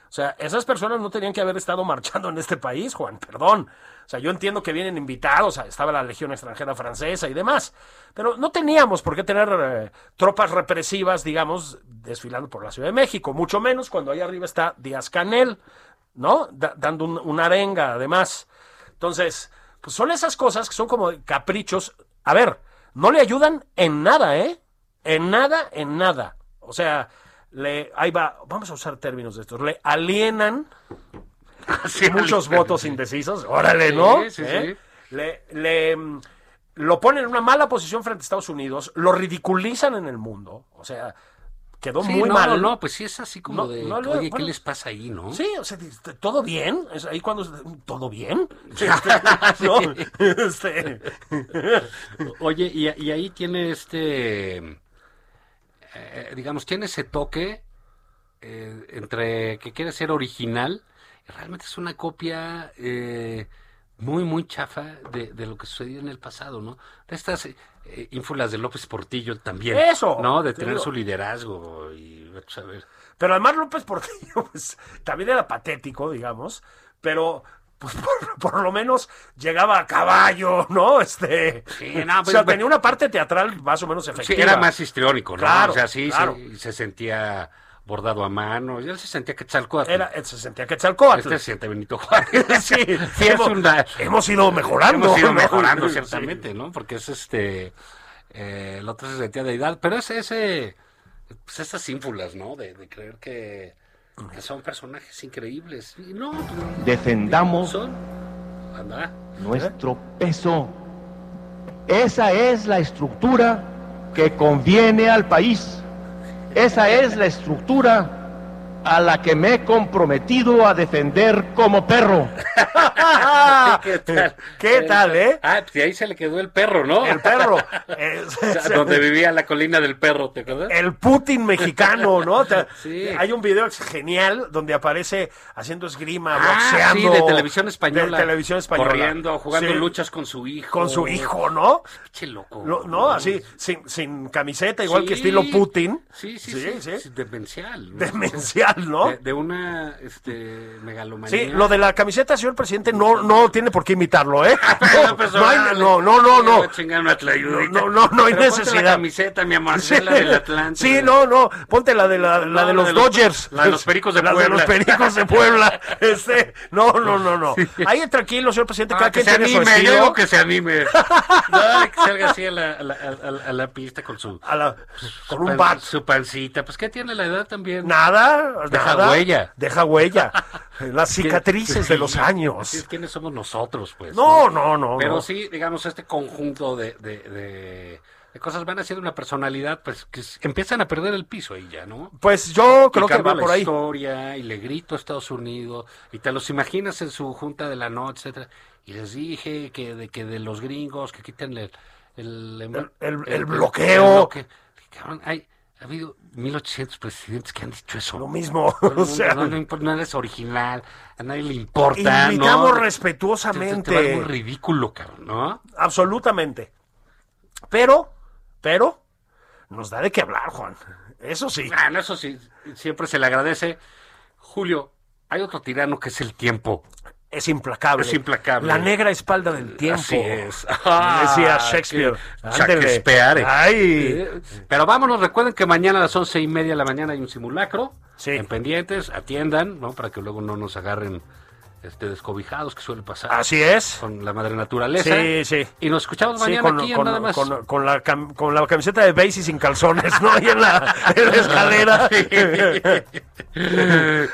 Speaker 3: O sea, esas personas no tenían que haber estado marchando en este país, Juan, perdón. O sea, yo entiendo que vienen invitados, a- estaba la Legión Extranjera Francesa y demás, pero no teníamos por qué tener eh, tropas represivas, digamos, desfilando por la Ciudad de México, mucho menos cuando ahí arriba está Díaz Canel, ¿no? Da- dando un- una arenga, además. Entonces, pues son esas cosas que son como caprichos. A ver, no le ayudan en nada, ¿eh? En nada, en nada. O sea, le, ahí va, vamos a usar términos de estos, le alienan
Speaker 2: Sí,
Speaker 3: muchos
Speaker 2: Alex.
Speaker 3: votos indecisos, órale, ¿no?
Speaker 2: Sí, sí,
Speaker 3: ¿Eh? Le, le, mm, lo ponen en una mala posición frente a Estados Unidos, lo ridiculizan en el mundo, o sea, quedó
Speaker 2: Sí,
Speaker 3: muy
Speaker 2: no,
Speaker 3: mal.
Speaker 2: No, pues sí es así como
Speaker 3: No,
Speaker 2: de,
Speaker 3: no, no,
Speaker 2: oye, ¿qué
Speaker 3: bueno.
Speaker 2: les pasa ahí, no?
Speaker 3: Sí, o sea, dices, ¿todo bien? Es ahí cuando... ¿Todo bien?
Speaker 2: Sí.
Speaker 3: ¿No? Este,
Speaker 2: Oye, y, y ahí tiene este, eh, digamos, tiene ese toque eh, entre que quiere ser original, y realmente es una copia eh, muy, muy chafa de, de lo que sucedió en el pasado, ¿no? De estas eh, eh, ínfulas de López Portillo también.
Speaker 3: Eso,
Speaker 2: ¿No? De
Speaker 3: te
Speaker 2: tener
Speaker 3: digo.
Speaker 2: su liderazgo y, vete a ver.
Speaker 3: Pero además López Portillo pues, también era patético, digamos, pero pues, por, por lo menos llegaba a caballo, ¿no? Este,
Speaker 2: Sí, no,
Speaker 3: o
Speaker 2: pues,
Speaker 3: sea,
Speaker 2: pues,
Speaker 3: tenía una parte teatral más o menos
Speaker 2: Sí,
Speaker 3: efectiva.
Speaker 2: era más histriónico, ¿no?
Speaker 3: Claro,
Speaker 2: o sea, sí, se-
Speaker 3: claro.
Speaker 2: se, sentía bordado a mano, ya se sentía que
Speaker 3: Era, eh, se sentía Quetzalcóatl.
Speaker 2: Este se siente Benito Juárez.
Speaker 3: Sí,
Speaker 2: sí, es
Speaker 3: hemos,
Speaker 2: una-
Speaker 3: hemos ido mejorando.
Speaker 2: Hemos ido
Speaker 3: ¿no?
Speaker 2: mejorando,
Speaker 3: Sí.
Speaker 2: ciertamente, ¿no? Porque es este. Eh, el otro se sentía de edad, pero es ese. Pues esas ínfulas, ¿no? De, de creer que, que son personajes increíbles. Y no, pues,
Speaker 10: Defendamos
Speaker 2: son. Anda.
Speaker 10: nuestro peso. Esa es la estructura que conviene al país. Esa es la estructura a la que me he comprometido a defender como perro.
Speaker 2: ¿Qué
Speaker 3: tal? Ah, ¿Qué tal, eh?
Speaker 2: Ah, pues ahí se le quedó el perro, ¿no?
Speaker 3: El perro.
Speaker 2: O sea, Donde vivía la colina del perro, ¿te acuerdas?
Speaker 3: El Putin mexicano, ¿no? O sea,
Speaker 2: Sí.
Speaker 3: Hay un video genial donde aparece haciendo esgrima,
Speaker 2: Ah, sí,
Speaker 3: boxeando.
Speaker 2: de televisión española.
Speaker 3: De televisión española.
Speaker 2: Corriendo, jugando
Speaker 3: Sí,
Speaker 2: luchas con su hijo.
Speaker 3: Con su hijo, ¿no?
Speaker 2: Che loco.
Speaker 3: Lo- no, así, sin, sin camiseta, igual
Speaker 2: Sí.
Speaker 3: que estilo Putin.
Speaker 2: Sí, sí,
Speaker 3: Sí,
Speaker 2: sí.
Speaker 3: sí.
Speaker 2: sí, Demencial. ¿no?
Speaker 3: Demencial, ¿no?
Speaker 2: De, de una este, megalomanía.
Speaker 3: Sí, lo de la camiseta, señor presidente, no, no tiene por qué imitarlo, ¿eh? No,
Speaker 2: López
Speaker 3: no, hay-
Speaker 2: Obrador,
Speaker 3: no, no, no,
Speaker 2: le
Speaker 3: no.
Speaker 2: pues, va a chingar una tlayudita.
Speaker 3: No, no, no hay
Speaker 2: Pero ponte
Speaker 3: necesidad.
Speaker 2: la camiseta, mi amor, es la del Atlántico.
Speaker 3: Sí, no, no. Ponte la de la, la
Speaker 2: No,
Speaker 3: de los Dodgers.
Speaker 2: la de los Pericos de
Speaker 3: La
Speaker 2: Puebla.
Speaker 3: de los Pericos de Puebla. Este, no, no, no, no. Ahí tranquilo, señor presidente,
Speaker 2: Ah,
Speaker 3: cada
Speaker 2: que
Speaker 3: quien
Speaker 2: se
Speaker 3: tiene su
Speaker 2: anime, yo
Speaker 3: estilo.
Speaker 2: digo que se anime. No, que salga así a la, a la- a la- a la pista con su,
Speaker 3: A la- con
Speaker 2: pan-
Speaker 3: un bat.
Speaker 2: su pancita. Pues que tiene la edad también.
Speaker 3: Nada,
Speaker 2: Deja
Speaker 3: nada.
Speaker 2: huella.
Speaker 3: Deja huella. Las cicatrices
Speaker 2: Sí,
Speaker 3: de los
Speaker 2: así es,
Speaker 3: años.
Speaker 2: ¿Quiénes somos nosotros, pues?
Speaker 3: No, no, no.
Speaker 2: Pero
Speaker 3: no.
Speaker 2: sí, digamos, este conjunto de, de- de- de cosas van haciendo una personalidad, pues que s- empiezan a perder el piso ahí ya, ¿no?
Speaker 3: Pues yo creo
Speaker 2: Y
Speaker 3: que
Speaker 2: cambio
Speaker 3: va por
Speaker 2: la
Speaker 3: ahí.
Speaker 2: historia y le grito a Estados Unidos y te los imaginas en su junta de la noche, etcétera. Y les dije que de que de los gringos que quiten el el,
Speaker 3: El- el- el bloqueo.
Speaker 2: bloque. Cabrón, hay ha habido 1800 presidentes que han dicho eso.
Speaker 3: Lo mismo.
Speaker 2: Todo el
Speaker 3: O
Speaker 2: mundo,
Speaker 3: sea,
Speaker 2: no, no impo- no eres original, a nadie le importa.
Speaker 3: Imitamos
Speaker 2: ¿no?
Speaker 3: respetuosamente.
Speaker 2: Te- te- te va muy ridículo, cabrón, ¿no?
Speaker 3: Absolutamente. Pero, pero, nos da de qué hablar, Juan. Eso sí.
Speaker 2: Bueno, eso sí, siempre se le agradece. Julio, hay otro tirano que es el tiempo.
Speaker 3: Es implacable.
Speaker 2: Es implacable.
Speaker 3: La negra espalda del tiempo.
Speaker 2: Así es.
Speaker 3: Decía
Speaker 2: Ah,
Speaker 3: Shakespeare.
Speaker 2: qué-
Speaker 3: Ándele.
Speaker 2: Shakespeare.
Speaker 3: Ay.
Speaker 2: Eh, Pero vámonos, recuerden que mañana a las once y media de la mañana hay un simulacro.
Speaker 3: Sí.
Speaker 2: En pendientes, atiendan, ¿no? Para que luego no nos agarren este, descobijados, que suele pasar.
Speaker 3: Así es.
Speaker 2: Con la madre naturaleza.
Speaker 3: Sí, sí.
Speaker 2: Y nos escuchamos
Speaker 3: Sí,
Speaker 2: mañana
Speaker 3: con,
Speaker 2: aquí en
Speaker 3: con-
Speaker 2: nada más.
Speaker 3: con- con la cam- con la camiseta de Base y sin calzones, ¿no? Ahí en la, en la escalera.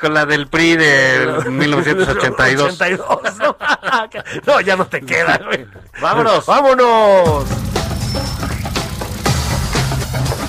Speaker 2: Con la del PRI de 1982.
Speaker 3: 82, ¿no? No, ya no te queda. güey.
Speaker 2: Vámonos.
Speaker 3: Vámonos.